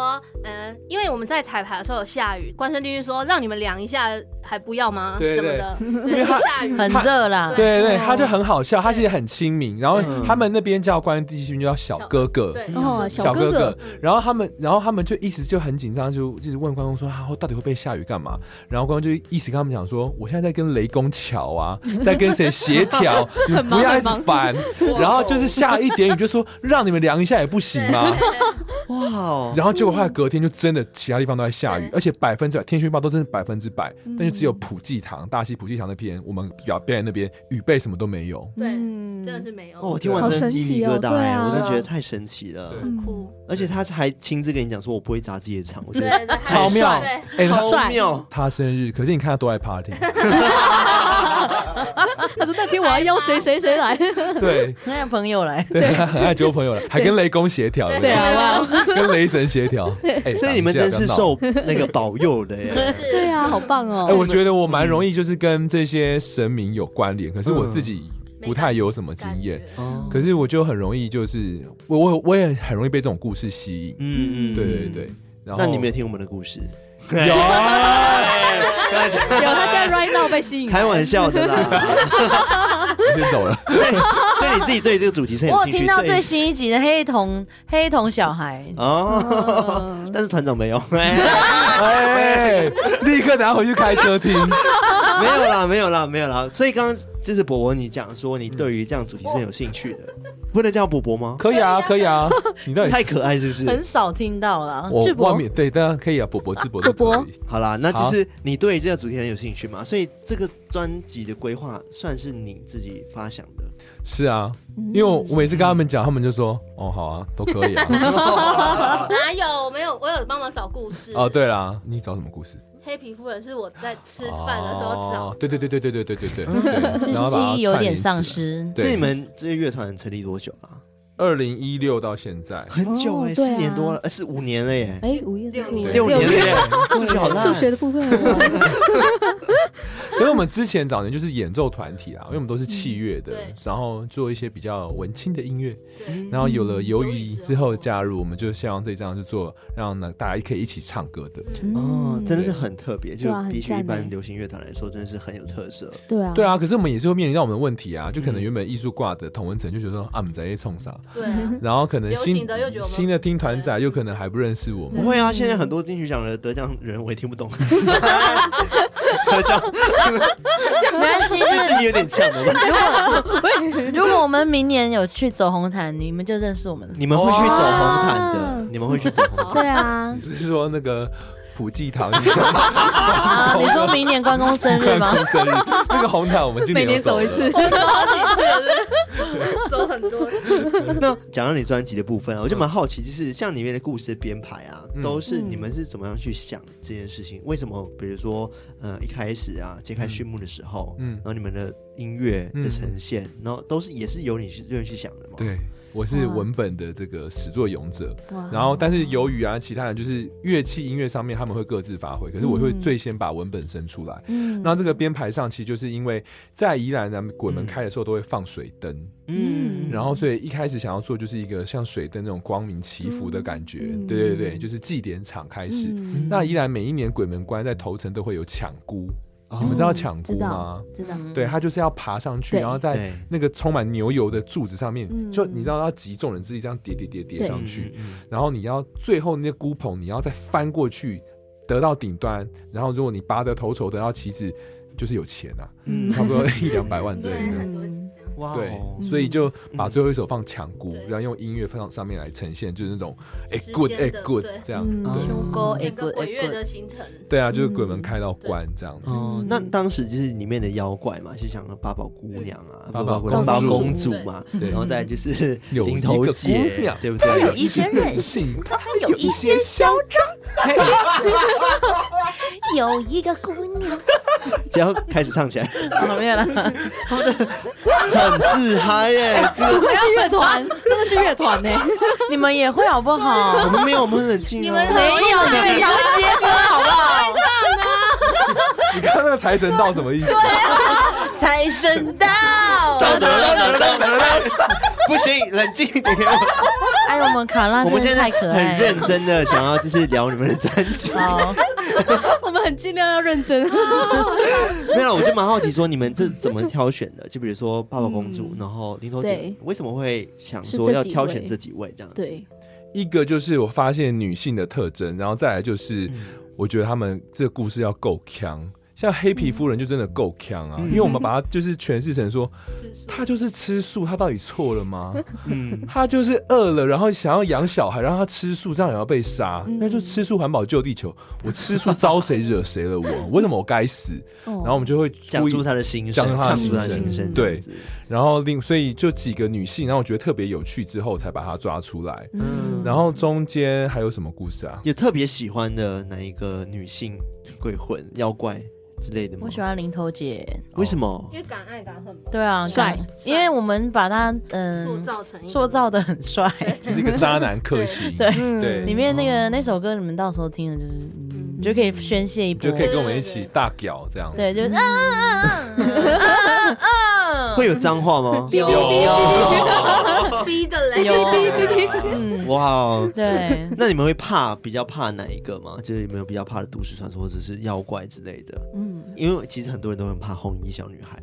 C: 呃，因为我们在彩排的时候有下雨，关圣帝君说让你们量一下，还不要吗？
D: 对
C: 什么
D: 对
C: 的，
D: 因为
C: 对，
D: 他
C: 下雨
E: 很热啦，
D: 对对，
C: 哦
D: 他就很好笑，他其实很亲民。然后
A: 嗯
D: 他们那边叫关帝君就叫小哥哥，
C: 对，
B: 哦小
D: 小哥
B: 哥哥
D: 哥。然后他们，然后他们就一直就很紧张，就一直问关公说：“啊，到底会不会下雨？干嘛？”然后关公就一直跟他们讲说：“我现在在跟雷公桥啊，在跟谁协调，你
B: 忙
D: 不要一
B: 很
D: 直
B: 忙
D: 烦。”然后就是下一点雨就说：“让你们量一下也不行
C: 对
D: 吗？”
A: 哇哦，
D: 然后结果后来隔天就真的其他地方都在下雨
C: 对，
D: 而且百分之百天气预报都真的百分之百，但就只有普济堂、大溪普济堂那边，我们表表演那边雨备什么都没有。
C: 对，
B: 嗯
C: 真的是没有，
A: 哦，我听完真的鸡皮疙瘩
B: 好神奇哦对
A: 哎，
B: 啊
A: 我真的觉得太神奇了。
D: 对
C: 很酷，
A: 而且他还亲自跟你讲说，我不会砸自己的场，我觉
C: 对
A: 得
C: 对，
D: 超妙
C: 对，
D: 哎、他
A: 超妙。
D: 他生日，可是你看他多爱 party，
B: 他说那天我要邀谁谁谁来，
D: 对
E: 那有朋友来，
D: 对，他很爱交朋友了，还跟雷公协调，
B: 对啊，哇，
D: 跟雷神协调，哎
A: 所以你们真是。
D: 打一架不要
A: 受嗯
D: 闹
A: 那个保佑的 耶。
C: 是，
B: 对啊，好棒
D: 哎、
B: 哦，
D: 我觉得我蛮容易，就是跟这些神明有关联，可是我自己不太有什么经验，
A: 哦
D: 可是我就很容易，就是我我我也很容易被这种故事吸引，
A: 嗯
D: 对对对，然后
A: 那你们也听我们的故事，
D: 有啊
B: 有他现在 right now 被吸引，
A: 开玩笑的 啦。
D: 我先 走了，
A: 所以，所以你自己对这个主题是很有
E: 我有
A: 兴趣。
E: 听到
A: 所以
E: 最新一集的黑瞳黑瞳小孩，嗯
A: 哦， 但是团长没 有，哎
D: 哎，立刻拿回去开车 听。
A: 没有啦，没有啦，没有啦。所以刚刚就是伯伯你讲说你对于这样主题是很有兴趣的，不能叫伯伯吗？
D: 可以啊，可以啊，你到底
A: 太可爱是不是？
E: 很少听到啦。
D: 我
B: 智博
D: 外面对，当然可以啊，博博智博
B: 博博
D: 都可以
A: 好啦，那就是你对这个主题很有兴趣嘛，所以这个专辑的规划算是你自己发想的。
D: 是啊，
C: 嗯
D: 因为我我每次跟他们讲，他们就说哦好啊，都可以啊。
C: 哪有？没有，我有帮忙找故事。
D: 哦，，对啦，你找什么故事？
C: 黑皮夫人是我在吃饭的时候找嗯
D: 哦。对对对对对对对对对对，然后把它
E: 记忆有
D: 串
E: 点
D: 联起来
E: 丧。失。
A: 所以你
D: 对，
A: 们这个乐团成立多久啊？
D: 二零一六到现在，
A: 很久哎、
B: 哦对啊
A: 四年多了，呃，是五年了耶，
B: 哎，五月的
C: 六年
D: 六
A: 六年了
B: 月
A: 耶，数学好烂。
B: 数学的部分，啊
D: 因为我们之前早年就是演奏团体啊，因为我们都是器乐的
C: 嗯对，嗯
D: 然后做一些比较文青的音乐，
C: 对
D: 然后有了鱿
C: 鱿
D: 鱼
C: 鱼
D: 之
C: 之
D: 后
C: 后
D: 加入，我们就希望这一张是做让呢大家可以一起唱歌
C: 嗯
D: 的。
A: 哦，真的是很特别，就
B: 对啊很
A: 比起一
B: 赞
A: 般
B: 欸
A: 流行乐团来说，真的是很有特色。
B: 对啊，
D: 对
B: 啊，
D: 啊，可是我们也是会面临到我们的问题啊，就可能原本艺术挂的同文层就觉得说啊，我们在冲啥，
C: 对啊，
D: 然后可能
C: 流行
D: 新
C: 的又觉得我们
D: 新的听团仔又可能还不认识我
A: 不
D: 们，
A: 会啊，现在很多金曲奖的得奖人我也听不 懂，好像
E: 没关系，就
A: 自己有点呛
B: 哦
A: 我们。
E: 是如果我 们明年有去走红毯，你们就认识我 们了。
A: 你们会去走红毯的
B: 哇，
A: 你们会去走红毯。
B: 对啊
D: 你，是说那个普 济堂
E: 啊，你说明年关公生日
D: 看
E: 吗？
D: 公 生日那个红毯，我们今
B: 每年
D: 年有走
B: 走一
D: 了
B: 次，，
C: 走很多次。
A: 那讲到你专辑的部分啊，我
D: 嗯
A: 就蛮好奇，就是像里面的故事的编排啊，都是你们是怎么样去想这件事情？为什么？比如说，呃，一开始啊，揭开序幕的时候，
D: 嗯
A: 嗯，然后你们的音乐的呈现，然后都是也是由你去愿意去想的嘛？，
D: 对。我是
B: 哇
D: 文本的这个始作俑者，
B: 哇
D: 然后但是由于啊，其他人就是乐器音乐上面他们会各自发挥，可是我会
E: 嗯
D: 最先把文本生出来。
E: 嗯
D: 那这个编排上，其实就是因为在宜兰咱们鬼门开的时候都会放水灯，
A: 嗯
D: 然后所以一开始想要做就是一个像水灯那种光明祈福的感觉，
B: 嗯
D: 对对对，就是祭典场开始。
E: 嗯
D: 那宜兰每一年鬼门关在头城都会有抢姑，
A: 哦
D: 你们知道抢姑
B: 知
D: 吗
B: 道？知道，
D: 对，啊他就是要爬上去，
B: 对
D: 然后在
A: 对
D: 那个充满牛油的柱子上面，
B: 嗯
D: 就你知道要集众人之力这样叠叠叠叠
B: 对
D: 上去，，
A: 嗯
D: 然后你要最后那个菇棚你要再翻过去得到顶端，然后如果你拔得头筹得到旗子，就是有钱啊，
A: 嗯
D: 差 不多一两百万之
C: 对，
D: 类的。
C: 很多集这样
A: 哇哦，
D: 对，所以就把最后一首放抢鼓，
C: 嗯
D: 然后用音乐放上面来呈现，就是那种哎
C: 时间
D: good
C: 的
D: 哎 good
C: 对
D: 这样，
B: 嗯
D: 对
A: 秋
E: 沟哎
C: 整个
E: good 哎
C: 鬼月
E: good
C: 的行程，
D: 对啊，就是鬼门开到关这样子。
A: 哦，那当时就是里面的妖怪嘛，是像八宝姑娘啊，
D: 八
A: 宝
D: 宝公
A: 八宝
D: 主
A: 公主嘛，
D: 对
A: 然后再来就是
D: 有
A: 零
D: 一
A: 头
D: 个姑
A: 姐
D: 娘，
A: 对不对？
E: 哎一些 任
D: 性
E: 他有一些嚣张。有一个姑娘，
A: 只要开始唱起来，
E: 哦没有了。
A: 很自嗨耶！这
B: 不愧是乐团，真的是乐团呢，
E: 你们也会好不好？
A: 我们没有，我们很冷静、哦。
C: 你们
E: 没有，你们才会结合好不好？
D: 你看那个财神到什么意思？
E: 财神 到！
A: 到得了，到得了，到得了，不行，冷静一点。
E: 哎，我们卡拉
A: 我
E: 真
A: 们
E: 的
A: 现在
E: 太可
A: 很
E: 爱了。
A: 认真的想要就是聊你们的专辑。
E: 好，
B: 我们很尽量要认 真，
A: 没有，我就蛮好奇说你们这怎么挑选的？就比如说《爸爸公
E: 嗯
A: 主》，然后《零头姐》，
B: 对
A: 为什么会想
B: 是
A: 说
B: 这
A: 要
B: 几
A: 挑
B: 位
A: 选这几位这样子？
B: 对，
D: 一个就是我发现女性的特征，然后再来就是
E: 嗯
D: 我觉得他们这个故事要够强。像黑皮夫人就真的够强啊，
A: 嗯
D: 因为我们把它就是诠释成说，
C: 是是
D: 她就是吃素，她到底错了 吗？
A: 嗯，
D: 他就是饿了，然后想要养小孩，让他吃素，这样也要被杀，
E: 嗯
D: 那就吃素环保救地球。我吃素招谁惹谁了我？为什么我该死？然
B: 然
D: 后我们就会
A: 讲
D: 故
A: 出
D: 意，
A: 他的心
D: 讲
A: 声，
D: 出她
A: 唱
D: 的
A: 出他的
D: 心
A: 心
B: 声
A: 声，
D: 对
A: 这样子，
D: 然后另所以就几个女性，然后我觉得特别有趣，之后才把它抓出来。
A: 嗯，
D: 然后中间还有什么故事啊？
A: 有特别喜欢的哪一个女性鬼魂、妖怪之类的吗？
E: 我喜欢零头姐。
A: 为什么
C: 因？为敢爱敢恨嘛，
E: 对啊，
B: 帅
E: 感，因为我们把他
C: 塑
E: 嗯
C: 造成一个
E: 塑造的很帅。
D: 就是一个渣男克星，
E: 对
D: 对，
E: 里
D: 你
E: 面那个那首歌，你们到时候听了就是，嗯你就可以宣泄一波
D: 就。可以跟我们一起大屌这样子。
E: 对，就是啊嗯嗯嗯嗯嗯嗯嗯，
A: 会有脏话吗？
E: 有
D: 有
C: 逼的嘞，
E: 有
C: 逼逼逼逼。
E: 嗯，
A: 哇哦！
E: 对，
A: 那你们会怕比较怕哪一个吗？就是有没有比较怕的都市传说或者是妖怪之类的？
E: 嗯，
A: 因为其实很多人都很怕红衣小女孩。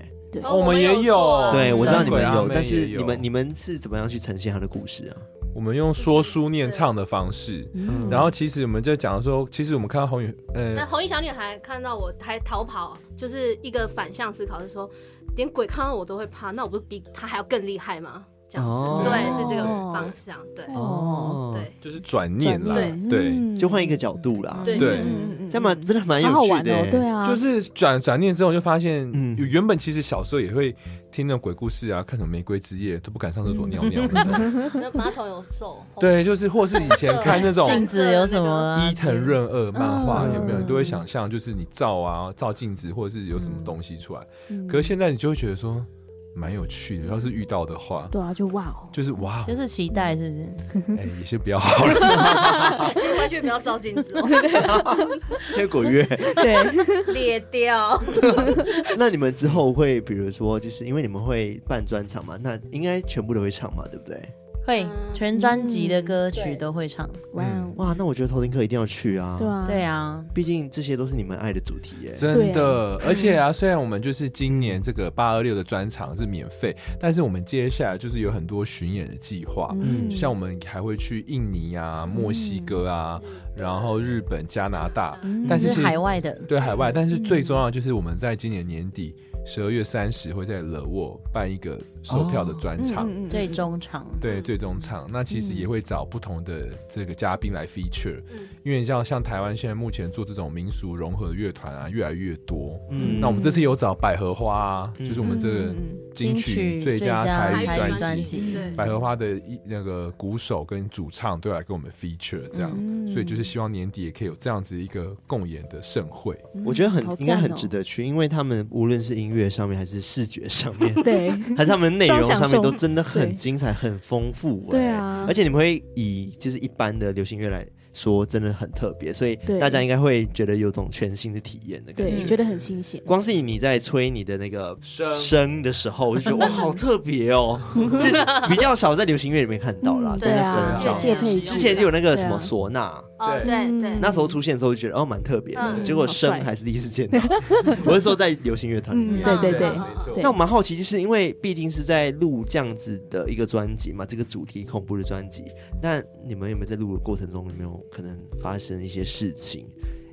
C: 哦
D: 我们也有
C: 做啊
A: 对，我知道你们
D: 山鬼阿
A: 有，
D: 妹
A: 但是
D: 也有
A: 你们你们是怎么样去呈现她的故事啊？
D: 我们用说书念唱的方式，然后其实我们就讲说，其实我们看到红雨，
C: 那
D: 呃，
C: 红衣小女孩看到我还逃跑，就是一个反向思考，是说连鬼看到我都会怕，那我不是比她还要更厉害吗？这样子，
A: 哦
C: 对，是这个方向，对、
E: 哦，
C: 对。
D: 就是转念啦，
B: 嗯
D: 对，
A: 嗯就换一个角度啦。
C: 对
D: 对
A: 嗯，这蛮真的蛮有
B: 好好
A: 趣
B: 玩
A: 的
B: 哦，
A: 欸。
B: 对啊，
D: 就是转转念之后，就发现，
A: 嗯
D: 原本其实小时候也会听那种鬼故事啊，看什么玫瑰之夜都不敢上厕所尿尿那种，
C: 那马桶有哦皱，
D: 对，就是或是以前看那种
C: 对
E: 镜子有什么啊？
D: 伊藤润二漫画
E: 嗯
D: 有没有？你都会想象，就是你照啊，照镜子，或者是有什么东西出来。
B: 嗯
D: 可是现在你就会觉得说，蛮有趣的。要是遇到的话，
B: 对啊，就哇哦，
D: 就是哇，
E: 就是期待是不是？
D: 哎，也先不要好了。
C: 你回去不要照镜子 哦，
A: 结果月，
D: 哦
B: 对，
C: 裂掉。
A: 那你们之后会，比如说，就是因为你们会办专场嘛，那应该全部都会唱嘛，对不对？
E: 会
C: 嗯
E: 全专辑的歌曲都会唱，
B: 哇
D: 嗯
B: 哦，
A: 哇，那我觉得头听课一定要去啊，
B: 对，啊，
E: 对
B: 啊，
E: 啊，
A: 毕竟这些都是你们爱的主题耶。
D: 真的，而且啊，虽然我们就是今年这个八二六的专场是免费，但是我们接下来就是有很多巡演的计划，
B: 啊
A: 嗯
D: 就像我们还会去印尼啊、墨西哥啊，然后日本、加拿大，
E: 嗯
D: 但是
E: 是
D: 是
E: 海外的，
D: 对海外，但是最重要的就是我们在今年年底十二月三十会在勒沃办一个售票的专场。
B: 嗯
E: 最终场，
D: 对，最终场，那其实也会找不同的这个嘉宾来 feature，、
C: 嗯
D: 因为像像台湾现在目前做这种民俗融合乐团啊，越来越多。
A: 嗯
D: 那我们这次有找百合花、啊，
A: 嗯
D: 就是我们这个金曲最佳台语
E: 台语
D: 专
E: 专
D: 辑，
E: 辑
C: 对
D: 百合花的一那个鼓手跟主唱都来跟我们 feature 这样，
B: 嗯
D: 所以就是希望年底也可以有这样子一个共演的盛会。
A: 我觉得很
B: 好赞
A: 应该很
B: 哦
A: 值得去，因为他们无论是音乐上面，还是视觉上 面，
B: 对，
A: 还是他们内容上面，
B: 双享受
A: 都真的很
B: 对
A: 精彩、很丰富。欸
B: 对啊
A: 而且你们会以就是一般的流行乐来说，真的很特别，所以
B: 对
A: 大家应该会觉得有种全新的体验的感
B: 对，
A: 觉。
B: 觉得很新鲜，
A: 光是你在吹你的那个
D: 声
A: 声的时候，我就 觉得哇，好特别哦，这比较少在流行乐里面看到啦，
C: 嗯
A: 真
B: 对
A: 的
B: 啊，
A: 很
C: 对
A: 少
C: 啊。
B: 世界配置
A: 之前就有那个什么
B: 对啊
A: 唢呐，
C: 哦，对对，
A: 嗯那时候出现的时候就觉得哦蛮特别的，
C: 嗯
A: 结果声
B: 好帅
A: 还是第一次见到。 我是说在流行乐团里面
B: 嗯，对对对
C: 没错
B: 对
A: 那我蛮好奇，就是因为毕竟是在录这样子的一个专辑嘛，这个主题恐怖的专辑，那你们有没有在录的过程中有没有可能发生一些事情？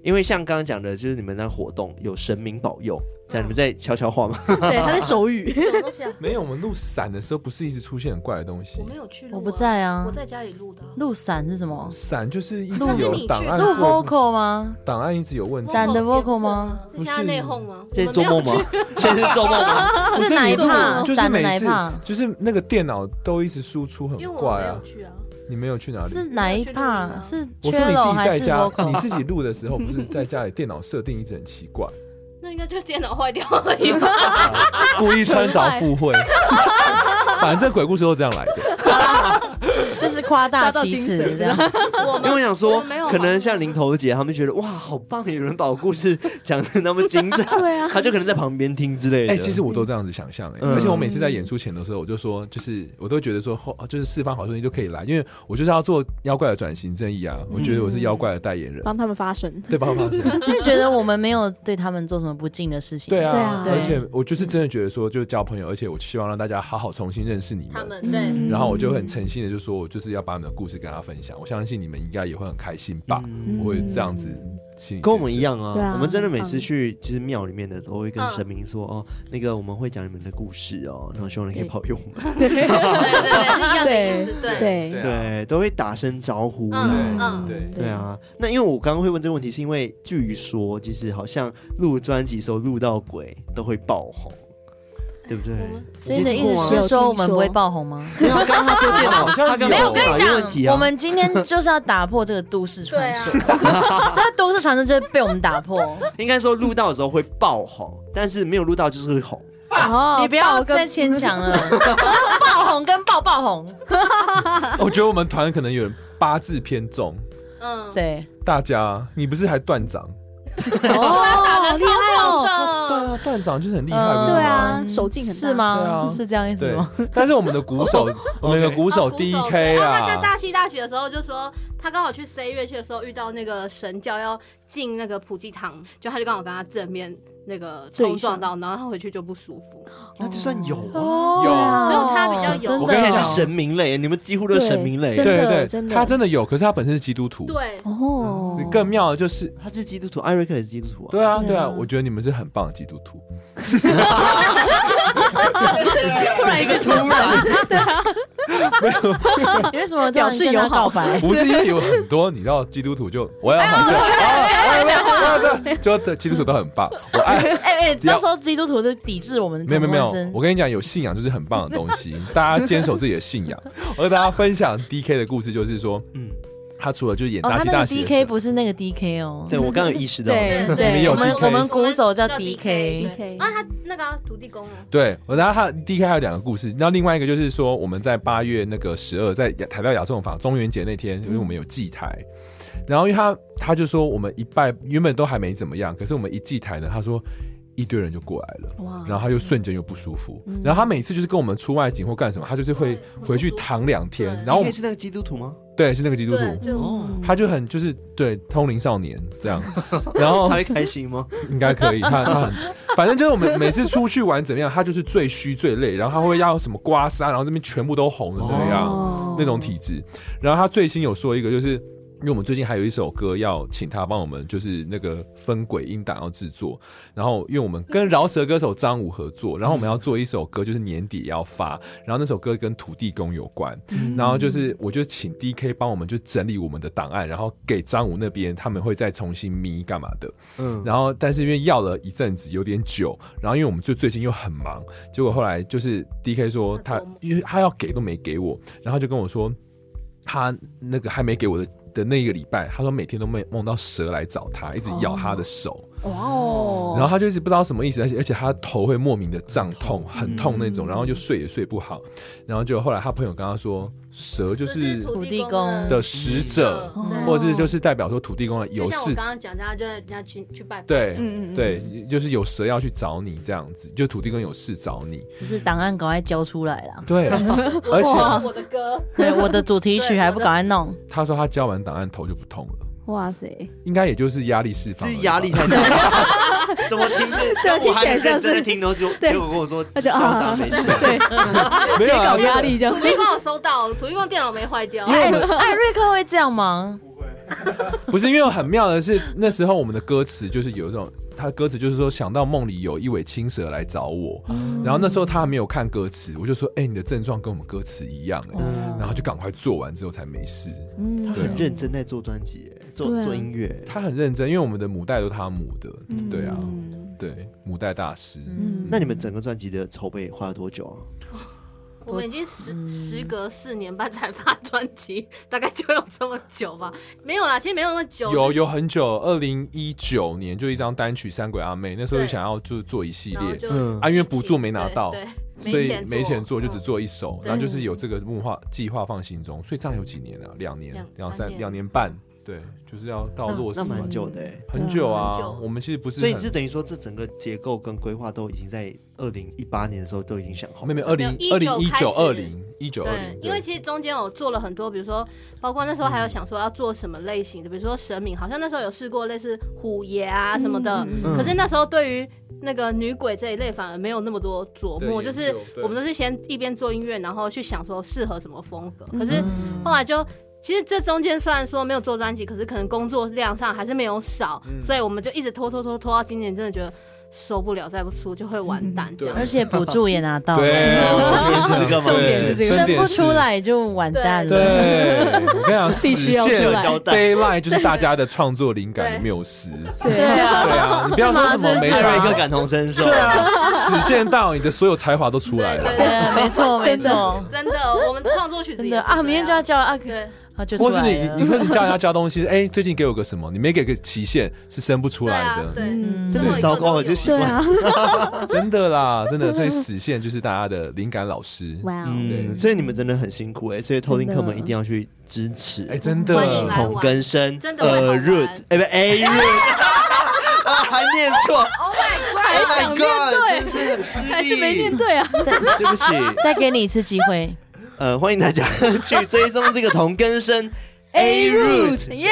A: 因为像刚刚讲的，就是你们那活动有神明保佑，这样你们在悄悄话嘛，
C: 嗯
B: 对，他是 手语，
C: 什么东西啊？
D: 没有，我们录伞的时候不是一直出现很怪的东西
C: 我，没有去录啊，
E: 我不在啊
C: 我在家里录的啊。
E: 录伞是什么？
D: 伞就是一直
C: 那是你
D: 有
C: 去
D: 档案
C: 录
E: 录
D: 过
E: vocal 吗？
D: 档案一直有问题，
E: 伞的 vocal 吗？
C: 啊是现在内讧吗？
A: 现在
C: 我们没
A: 做
C: 有
A: 梦吗？现在是做梦吗？
D: 不
E: 是哪一
D: 你录
E: 趴
D: 就是
E: 伞的
D: 每
E: 哪一
D: 次
E: 趴
D: 就是那个电脑都一直输出很
C: 因为我
D: 怪
C: 没
D: 啊
C: 有，去啊。
D: 你没有去哪里？
E: 是哪一
C: 我
E: 趴？
C: 有去
E: 是
D: 我
E: 缺
D: 说你自
E: 楼
D: 己
E: 还
D: 在
E: 是
D: 家，
E: vocal？
D: 你自己录的 时候不是在家里电脑设定一直很奇怪，
C: 那应该就是电脑坏掉而已吧。
D: 故意穿凿附 会。反正鬼故事都这样来的，
E: 就是夸大
B: 抓到
E: 其
B: 精
E: 词
B: 髓
E: 这样。
C: 我
A: 因 为我
C: 们
A: 想说
C: 我 没有，吧
A: 可能像林头姐他们觉得哇，好棒，有人把我故事讲的那么精 彩，
B: 对啊，
A: 他就可能在旁边听之类的。
D: 哎，其实我都这样子想象哎，
A: 嗯
D: 而且我每次在演出前的时候，我就说，就是我都觉得说，后就是四方好声音就可以来，因为我就是要做妖怪的转型正义啊，我觉得我是妖怪的代言人，
B: 帮他们发声，
D: 对吧？方子
E: 因为觉得我们没有对他们做什么不敬的事情。
D: 对
B: 对
D: 啊
B: 啊，
D: 而且我就是真的觉得说，就交朋友，而且我希望让大家好好重新认识你
C: 他
D: 们。
C: 们对，
D: 然后 我
B: 嗯
D: 就很诚心的就说，我就是要把你们的故事跟他分享，我相信你们应该也会很开心吧。
A: 嗯
D: 我会这样子心理建设
A: 跟我们一，样
B: 对
A: 啊，
B: 啊
A: 我们真的每次去就是庙里面的，都会跟神明说哦，那个我们会讲你们的故事哦，然后希望你可以保佑我们，
B: 嗯
C: 对对对，是一样的意思，对。
B: 对
D: 对啊
A: 对，都会打声招呼啦。
C: 嗯嗯，
D: 对
A: 对啊，那因为我刚刚会问这个问题，是因为据说就是好像录专辑的时候录到鬼都会爆红，对不对？
E: 所以你的意
A: 听过吗
E: 思是说我们不会爆红吗？
A: 没有，刚刚他说电 脑，
D: 好像
A: 他刚刚
D: 有
A: 说
D: 我跟
A: 电脑
E: 这
A: 有
E: 样
A: 问题啊，
E: 我们今天就是要打破这个都市
C: 对
E: 传说，，
C: 啊
E: 这都市传说就是被我们打破。
A: 应该说录到的时候会爆红，但是没有录到就是会红。
B: 哦
E: 你不要再牵 强了，爆红跟爆爆红，
D: 哦我觉得我们团可能有人八字偏重，
C: 嗯，
E: 谁？
D: 大家你不是还断掌？
B: 哦
C: 打的超
E: 好
C: 广
E: 厉哦
C: 的，
D: 对啊，段长就是很厉害，
E: 嗯
D: 不是
B: 对
D: 吗？
B: 啊，手劲很大
E: 是？
D: 对啊
E: 吗？是这样意思
D: 对
E: 吗？，
D: 但是我们的鼓手，我们的鼓手 D
C: 对
D: K
C: 他在
D: 啊，
C: 大西大学的时候就说，他刚好去 C 乐器的时候遇到那个神教要进那个普济堂，就他就刚好跟他正面那个冲撞到，然后他回去就不舒服。
A: 那就算有啊，
E: 哦
D: 有
C: 只有他比较有
E: 真
A: 我
E: 的
A: 跟你
E: 哦
A: 讲是神明类，你们几乎都是神明类。
B: 对真的
D: 对
B: 真
D: 对，
B: 的
D: 他真的有，可是他本身是基督徒。
C: 对，
B: 哦，
D: 更妙的就是，
A: 他是基督徒，艾瑞克也是基督徒啊。
D: 对啊
E: 对啊
D: 对啊，我觉得你们是很棒的基督徒。
E: 突然一句突然，对啊，为什么突然跟他告白？
D: 不是因为有很多你知道基督徒就我要反正啊，我要就的基督徒都很棒，我爱
E: 哎哎，
D: 只要
E: 到时候基督徒就抵制我们
D: 没有没有没
E: 同婚
D: 有
E: 生，
D: 我跟你讲，有信仰就是很棒的东西，大家坚守自己的信仰。我跟大家分享 D K 的故事，就是说，
A: 嗯，
D: 嗯他除了就是演
E: 哦，
D: 大
E: 他
D: 戏
E: 那
D: 大
E: 个
D: 戏
E: D
D: 的
E: K
D: 时候，
E: 不是那个 D K 哦，
A: 对我刚刚有意识到，
B: 对
C: 对
D: 我们有
E: 我们
D: DK
E: 我们鼓手叫 D
C: D
E: K，
C: K，
B: OK，
C: 啊，他那个啊土地公哦，
D: 对，我然后他 D K 还有两个故事，那另外一个就是说，我们在八月那个十二，在台大雅颂坊中元节那天，因为我们有祭台，然后因为他他就说我们一拜原本都还没怎么样，可是我们一祭台呢，他说一堆人就过来了。
B: 哦
E: 哇
D: 然后他就瞬间又不舒服，然后他每次就是跟我们出外景或干什么，他就是会回去躺两天，
C: 对
D: 然后我
A: 你
D: 们
A: 也是那个基督徒吗？
D: 对是那个基督徒，
C: 对，就
A: 哦，
B: 嗯
D: 他就很就是对通灵少年这样，然
A: 他
D: 后
A: 会开心吗？
D: 应该可以，他他很，反正就是我们每次出去玩怎么样，他就是最虚最累，然后他会要什么刮痧，然后这边全部都红的那样、
B: 哦
D: 那种体质。然后他最新有说一个，就是因为我们最近还有一首歌要请他帮我们，就是那个分轨音档要制作，然后因为我们跟饶舌歌手张武合作，然后我们要做一首歌，就是年底也要发，然后那首歌跟土地公有关，然后就是我就请 D K 帮我们就整理我们的档案，然后给张武那边，他们会再重新咪干嘛的。
A: 嗯，
D: 然后但是因为要了一阵子有点久，然后因为我们就最近又很忙，结果后来就是 D K 说他
C: 他多忙
D: 因为他要给都没给我，然后他就跟我说他那个还没给我的的那一个礼拜，他说每天都梦梦到蛇来找他，一直咬他的手，
B: 哇哦，
D: 然后他就一直不知道什么意思，而且而且他头会莫名的胀痛，很痛那种，然后就睡也睡不好，然后就后来他朋友跟他说蛇就是
C: 土
D: 的使者，
C: 对
D: 或者是就是代表说土地公的有
C: 嗯就像我
D: 事
C: 刚刚讲，大家就人家去去拜拜，
D: 对，
B: 嗯嗯嗯
D: 对，就是有蛇要去找你这样子，就土地公有事找 你，
E: 就是档案赶快交出来 啦。
D: 对，而且
C: 我我的歌，
E: 对，我的主题曲还不赶快弄，
D: 他说他交完档案头就不痛了，
B: 哇塞，
D: 应该也就是压力释
A: 这
D: 放而已
A: 是
D: 吧，
A: 压力太大。 怎么听着？但我还很认真的听，然后结果
B: 对
A: 结果跟我说，
B: 他
A: 就
B: 就
A: 当
B: 啊，
A: 没事。
B: 对，
D: 没
B: 直接
D: 有啊
B: 搞压力这样
C: 土。地公有收到，土地公电脑没坏掉，
E: 艾哎艾瑞克会这样吗？
D: 不是因为很妙的是，那时候我们的歌词就是有一种，他的歌词就是说想到梦里有一尾青蛇来找我，
E: 嗯
D: 然后那时候他还没有看歌词，我就说，哎、你的症状跟我们歌词一样、哎然后就赶快做完之后才没事。
A: 他
E: 嗯，
A: 很认真在做专辑，哎做
B: 对啊
A: 做音乐。
D: 他很认真，因为我们的母带都是他母的，对啊，
E: 嗯
D: 对母带大师。
B: 嗯
A: 那你们整个专辑的筹备花了多久啊？
C: 我们已经时时隔四年半才发专辑，大概就有这么久吧。没有啦，其实没有那么久。
D: 有
C: 就是
D: 有很久，二零一九年就一张单曲《三鬼阿妹》，那时候就想要就做一系
C: 然后
D: 列，
C: 就
A: 嗯
D: 啊，因为补助没拿
C: 对
D: 到，
C: 对，
D: 所以没钱做，
C: 做，嗯
D: 就只做一首，
C: 对
D: 然后就是有这个目划计划放心中，所以这样有几年啊？两年
C: 两、
D: 两
C: 三
D: 三、
C: 年
D: 两年半，对，就是要到
A: 那
D: 落实
A: 那
D: 完
A: 蛮久的哎。
D: 很久
C: 很
D: 啊
C: 嗯久。
D: 我们其实不是
A: 所以
D: 很，
A: 你是等于说，这整个结构跟规划都已经在二零一八年的时候都已经想好了。
D: 妹妹二零
C: 没有
D: 二零一九
C: 19
D: 二零一九二
C: 对
D: 零，，
C: 因为其实中间我做了很多，比如说，包括那时候
D: 嗯
C: 还有想说要做什么类型的，比如说神明，好像那时候有试过类似虎爷啊什么的，
A: 嗯
C: 可是那时候对于那个女鬼这一类反而没有那么多琢
D: 对
C: 磨，
D: 研究
C: 就是
D: 对
C: 我们都是先一边做音乐，然后去想说适合什么风格。可是
A: 嗯
C: 后来就，其实这中间虽然说没有做专辑，可是可能工作量上还是没有少，
D: 嗯
C: 所以我们就一直拖拖拖拖到今年，真的觉得受不了，再不出就会完蛋
D: 嗯
C: 这 样。
E: 而且补助也
A: 哦
E: 拿到 了，
D: 对，
A: 是这个吗
D: 对
A: 重点是这
E: 生
D: 重点
E: 不
D: 是
E: 出来就完蛋
D: 对，
E: 了。
D: 我跟 你讲，
B: 必须要
D: 死
A: 是
D: 线
A: 有
B: 出来
A: 交代。
D: Daylight 就是大家的创作灵感的
C: 对
D: 缪斯。
B: 对
E: 对
D: 对
E: 啊，
D: 啊，你不要说什么没
A: 艾
D: 错，
A: 瑞克感同身受。
D: 对 啊，死线到你的所有才华都出来
C: 对对
D: 了。
C: 对，
E: 对，啊没错没
B: 真的
E: 错，
C: 真的，我们创作曲子
E: 真
C: 也
E: 的
C: 是
E: 啊，
C: 这
E: 明天
C: 样
E: 就要叫阿克，
C: 对
E: 啊就出
D: 或是
E: 来
D: 你，你
E: 了。
D: 说你叫人家交东西，哎、最近给我个什么？你没给个期限是生不出
C: 对
D: 来
C: 啊
D: 的，
C: 对，
E: 嗯
C: 生活
A: 真的很糟糕
C: 一个都有
A: 就习
B: 对啊，
D: 真的啦，真的。所以死线就是大家的灵感老师，
B: 哇哦，
A: 嗯，
D: 对
A: 所以你们真的很辛苦哎，所以偷听客们一定要去支持。呃
D: 哎、真
C: 欢迎
D: 的
C: 来
A: 孔根生，
C: 真的会好玩
A: 呃，root，哎不，哎 root，还念错
C: Oh my god！
A: ，Oh my God，真是很失
B: 还是没
A: 礼
B: 念。对啊？
A: 对不起，
E: 再给你一次机会，
A: 呃，欢迎大家去追踪这个同根生 A root，
B: 耶！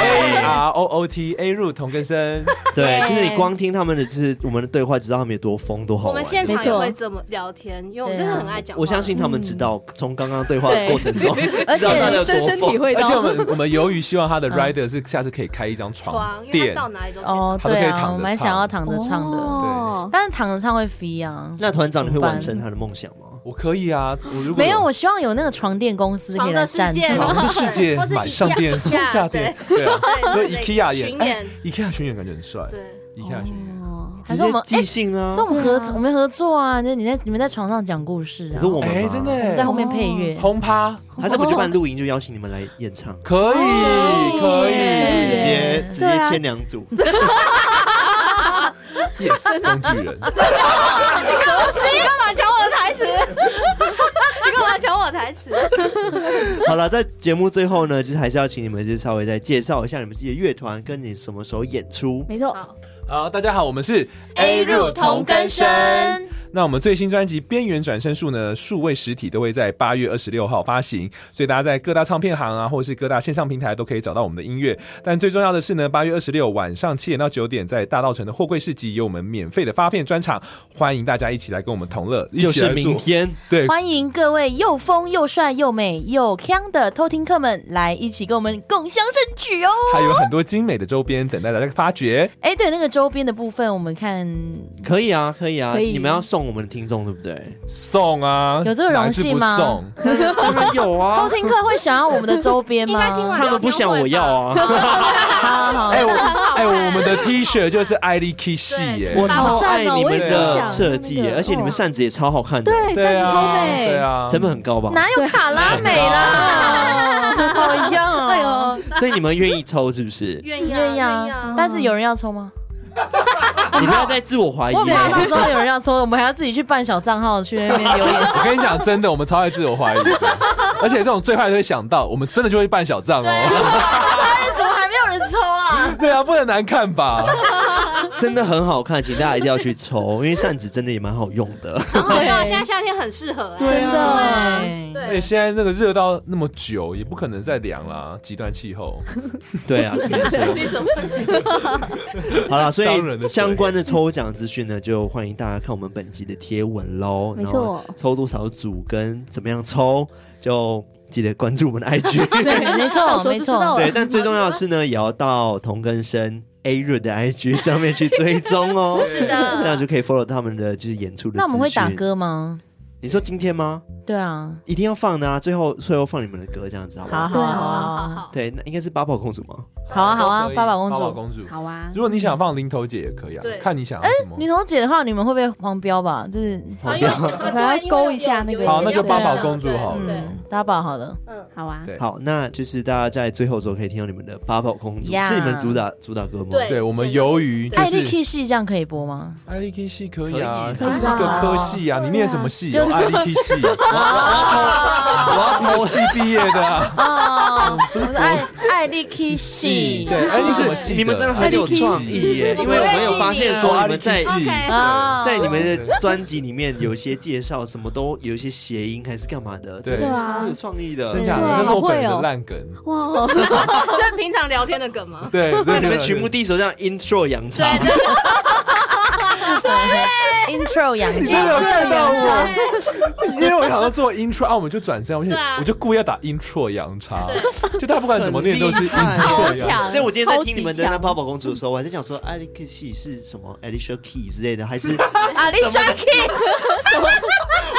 D: A R O O T A 入同根 生，
A: 对，
B: 对
A: 就是你光听他们的，就是我们的对话，知道他们有多疯多好
C: 我
A: 玩
C: 们。现场
E: 没
C: 也
E: 错
C: 会这么聊天，因为我们真的很爱讲话。
A: 我相信他们知道，从刚刚对话的过程中，
E: 而
A: 知
E: 且
A: 道他的
B: 深
A: 多
B: 深体
A: 疯。
B: 会
D: 而
B: 到
D: 且，我们我们由于希望他的 rider 是下次可以开一张
C: 嗯床，啊因为
D: 垫
C: 他，到哪里都可以
E: 哦，
D: 他都可以
E: 对
D: 躺
E: 啊，
D: 着
E: 我蛮
D: 唱
E: 想要躺着唱的，
B: 哦，
E: 但是躺着唱会飞啊。
A: 那团长，你会
E: 怎么办
A: 完成他的梦想吗？
D: 我可以啊，我如果
E: 没有，我希望有那个床垫公司可以
C: 床
E: 来
C: 的世
E: 赞助
C: 界，。
D: 床的世界
C: 或是
D: 买上垫
C: IKEA
D: 送下垫，对啊，
C: 对
D: 所以
C: 对
D: IKEA 也
C: 巡
D: 哎
C: 演，
D: ，IKEA 巡演感觉很帅
C: 对，
D: ，IKEA 巡演。
B: 哦
E: 还
A: 直
E: 是
A: 接
E: 我们哎
A: 寄信啊
E: 这我！们合
B: 对
E: 作
B: 啊
E: 我们合作啊，就是你在你们在床上讲故事
A: 你
E: 啊，
A: 说我们
D: 哎，
A: 吗
D: 真的
E: 我们在
D: 哎
E: 后，面配乐，
D: 轰趴
A: 还是我们就办露营，就邀请你们来演唱，
D: 可以可
A: 直
D: 以
E: 耶
A: 接直接
B: 哦对啊
A: 签两组。
D: ，yes，工具人，
C: 你干嘛抢我的台词？你干嘛抢我的台词？
A: 好了，在节目最后呢，就是还是要请你们就是稍微再介绍一下你们自己的乐团，跟你什么时候演出。
B: 没错，
C: 好，
D: 好，大家好，我们是
B: 哎
C: A 入同根生
D: 那我们最新专辑《边缘转身术》呢，数位实体都会在八月二十六号发行，所以大家在各大唱片行啊，或者是各大线上平台都可以找到我们的音乐。但最重要的是呢，八月二十六晚上七点到九点，在大道城的货柜市集有我们免费的发片专场，欢迎大家一起来跟我们同乐，一
A: 就
D: 起来
A: 是
D: 做
A: 明天，
D: 对。
E: 欢迎各位又疯又帅又美又强的偷听客们来一起跟我们共襄盛举哦！
D: 还有很多精美的周边等待大家发掘，
E: 哎，对，那个周边的部分，我们看
A: 可以啊，可以啊，
B: 可以
A: 你们要送我们的听众对不对？
D: 送啊！
E: 有这个荣幸吗
D: 哪一次不送
A: 当然有
E: 偷
A: 啊，
E: 听客会想要我们的周边吗？
C: 应该听完
A: 他们不想我要啊，
E: 好好，
D: 哎、我哎、
C: 看
D: 我们的 T 恤就是艾利 K 系耶，
A: 我超
B: 好赞
A: 爱
B: 哦
A: 你们
D: 我也很
A: 的
B: 想
A: 设计
B: 那
A: 耶，
B: 个
A: 而且你们扇子也超好看的，
B: 对，
D: 对
B: 扇
D: 啊，
B: 子超美，
D: 对啊，
A: 成本很高吧？
E: 哪有卡拉美啦？ 好样哦！
B: 哎呦，
A: 所以你们愿意抽是不 是？
C: 愿意啊
E: 愿意
C: 愿
E: 啊，但是有人要抽吗？
A: 你不要再自我怀疑
E: 我很怕到
A: 了。
E: 时候有人要抽，我们还要自己去办小账号去那边留言。
D: 我跟你讲，真的，我们超爱自我怀疑的，而且这种最坏就会想到，我们真的就会办小账哦。
E: 哎， 怎么还没有人抽 啊？
D: 对啊，不能难看吧？
A: 真的很好看，请大家一定要去抽，因为扇子真的也蛮好用的。
C: 很好用，啊现在夏天很适合。哎
A: 对
E: 真
A: 啊
E: 的
D: 而
C: 对
D: 且，哎现在那个热到那么久，也不可能再凉啦，极端气候。
A: 对 啊，是没错。
C: 你怎么
A: 好了，所
D: 伤人的
A: 以
D: 嘴
A: 相关的抽奖资讯呢，就欢迎大家看我们本集的贴文喽。
B: 没错
A: 然后抽多少组跟怎么样抽，就记得关注我们的 IG。
E: 对，没
B: 到
E: 错，
B: 时候
E: 没
B: 就知道
E: 错。
B: 了
A: 对，但最重要的是呢，也要到同根生 A 日的 IG 上面去追踪 哦。
C: 是的
A: 这样就可以 follow 他们的就是演出的。
E: 那我们会打？歌吗？
A: 你说今天吗？
E: 对啊，
A: 一定要放的啊！最后最后放你们的歌，这样子好不
E: 好
A: 好？
E: 啊好
B: 对
E: 啊
B: 啊
E: 好
C: 好好
E: 啊
C: 好，
A: 对，那应该是八宝公主吗？
E: 好啊好啊
D: 都可！以
E: 八宝公
D: 八宝
E: 主，
D: 公主。
B: 好啊，
D: 如果你想放零头姐也可以啊
C: 对，
D: 看你想要什么。
E: 女童姐的哎话，你们会不会黄标吧？就是
C: 好因为
B: 可能要勾一下那个
D: 好那就
C: 八
E: 八宝
D: 公主好了
C: 对，
E: 嗯，八宝好了。
C: 嗯，
B: 好啊，
D: 对
A: 好，那就是大家在最后的时候可以听到你们的八宝公主
E: Yeah
A: 是你们主打主打歌吗？
C: 对
D: 对我们鱿鱼就
E: 艾
D: 是
E: 利 K 系这样可以播吗？
D: 艾利 K 系可以啊，
A: 可
D: 就
A: 以
D: 是一个科系啊，你念什么系？
E: 就是
D: 有艾利 K 系，
A: 我要
D: 我系毕业的啊。
E: 哦，我们的艾艾利 K 系，
D: 对，艾利什么系
A: 是你
D: 的？哦
A: 们真的很有创意耶，因为我们有发现说你们在
C: 我们在
E: 啊
A: 在你们的专辑里面有一些介绍，什么都有一些谐音还是干嘛的，
D: 对
A: 真的
B: 对啊
A: 超有创意的
D: 真。假的？
B: 对
D: 那是我本
B: 好会
D: 人的
B: 哦
D: 烂梗。
B: 哇，
C: 这是哦平常聊天的梗吗？
D: 对，
A: 那
D: 对
A: 你们
D: 对
A: 曲
D: 对
A: 目第一首这样 intro 扬长，
C: 对对
E: intro 杨
D: 你真的有
E: 家，
D: 看到我？因为我想要做 intro 啊，我们就转身，我就
C: 对啊
D: 我就故意要打 intro 洋叉，就他不管怎么念都
A: 很
D: 是
A: 厉害
D: intro
B: 超强
D: 洋。
A: 所以我今天在听你们的
B: 超级
A: 那
B: 强
A: 泡泡公主的时候，我还在想说 Alex 是什么 Alicia Key 之类的，还是
E: 阿丽莎 K，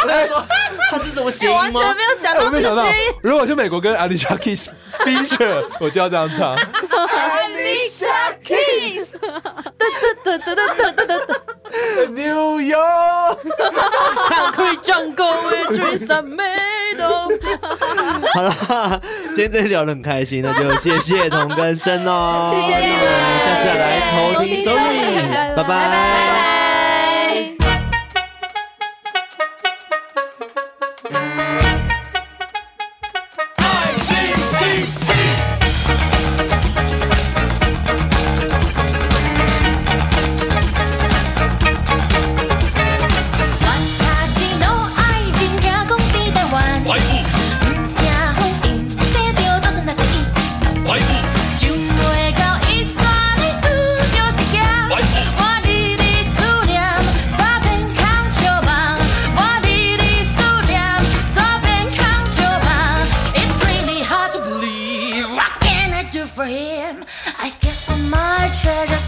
A: 我在说他是什么谐
E: 我
A: 音
E: 完
A: 吗
E: 全？没有想
D: 哎我
E: 到
D: 没
E: 这
D: 想
E: 个
D: 到
E: 声音。，
D: 如果是美国跟 Alicia Keys feature，我就要这样唱。New York，
E: How could jungle with trees are made of？
A: 好啦，今天真的聊得很开心，那就谢谢童根生哦，
B: 谢谢你们
A: 下次再来偷听
B: 谢谢
A: story，拜拜。
C: 拜。
F: A B C D E F G H I J K L M N O P Q R S T U V W X Y Z
E: I get from my treasure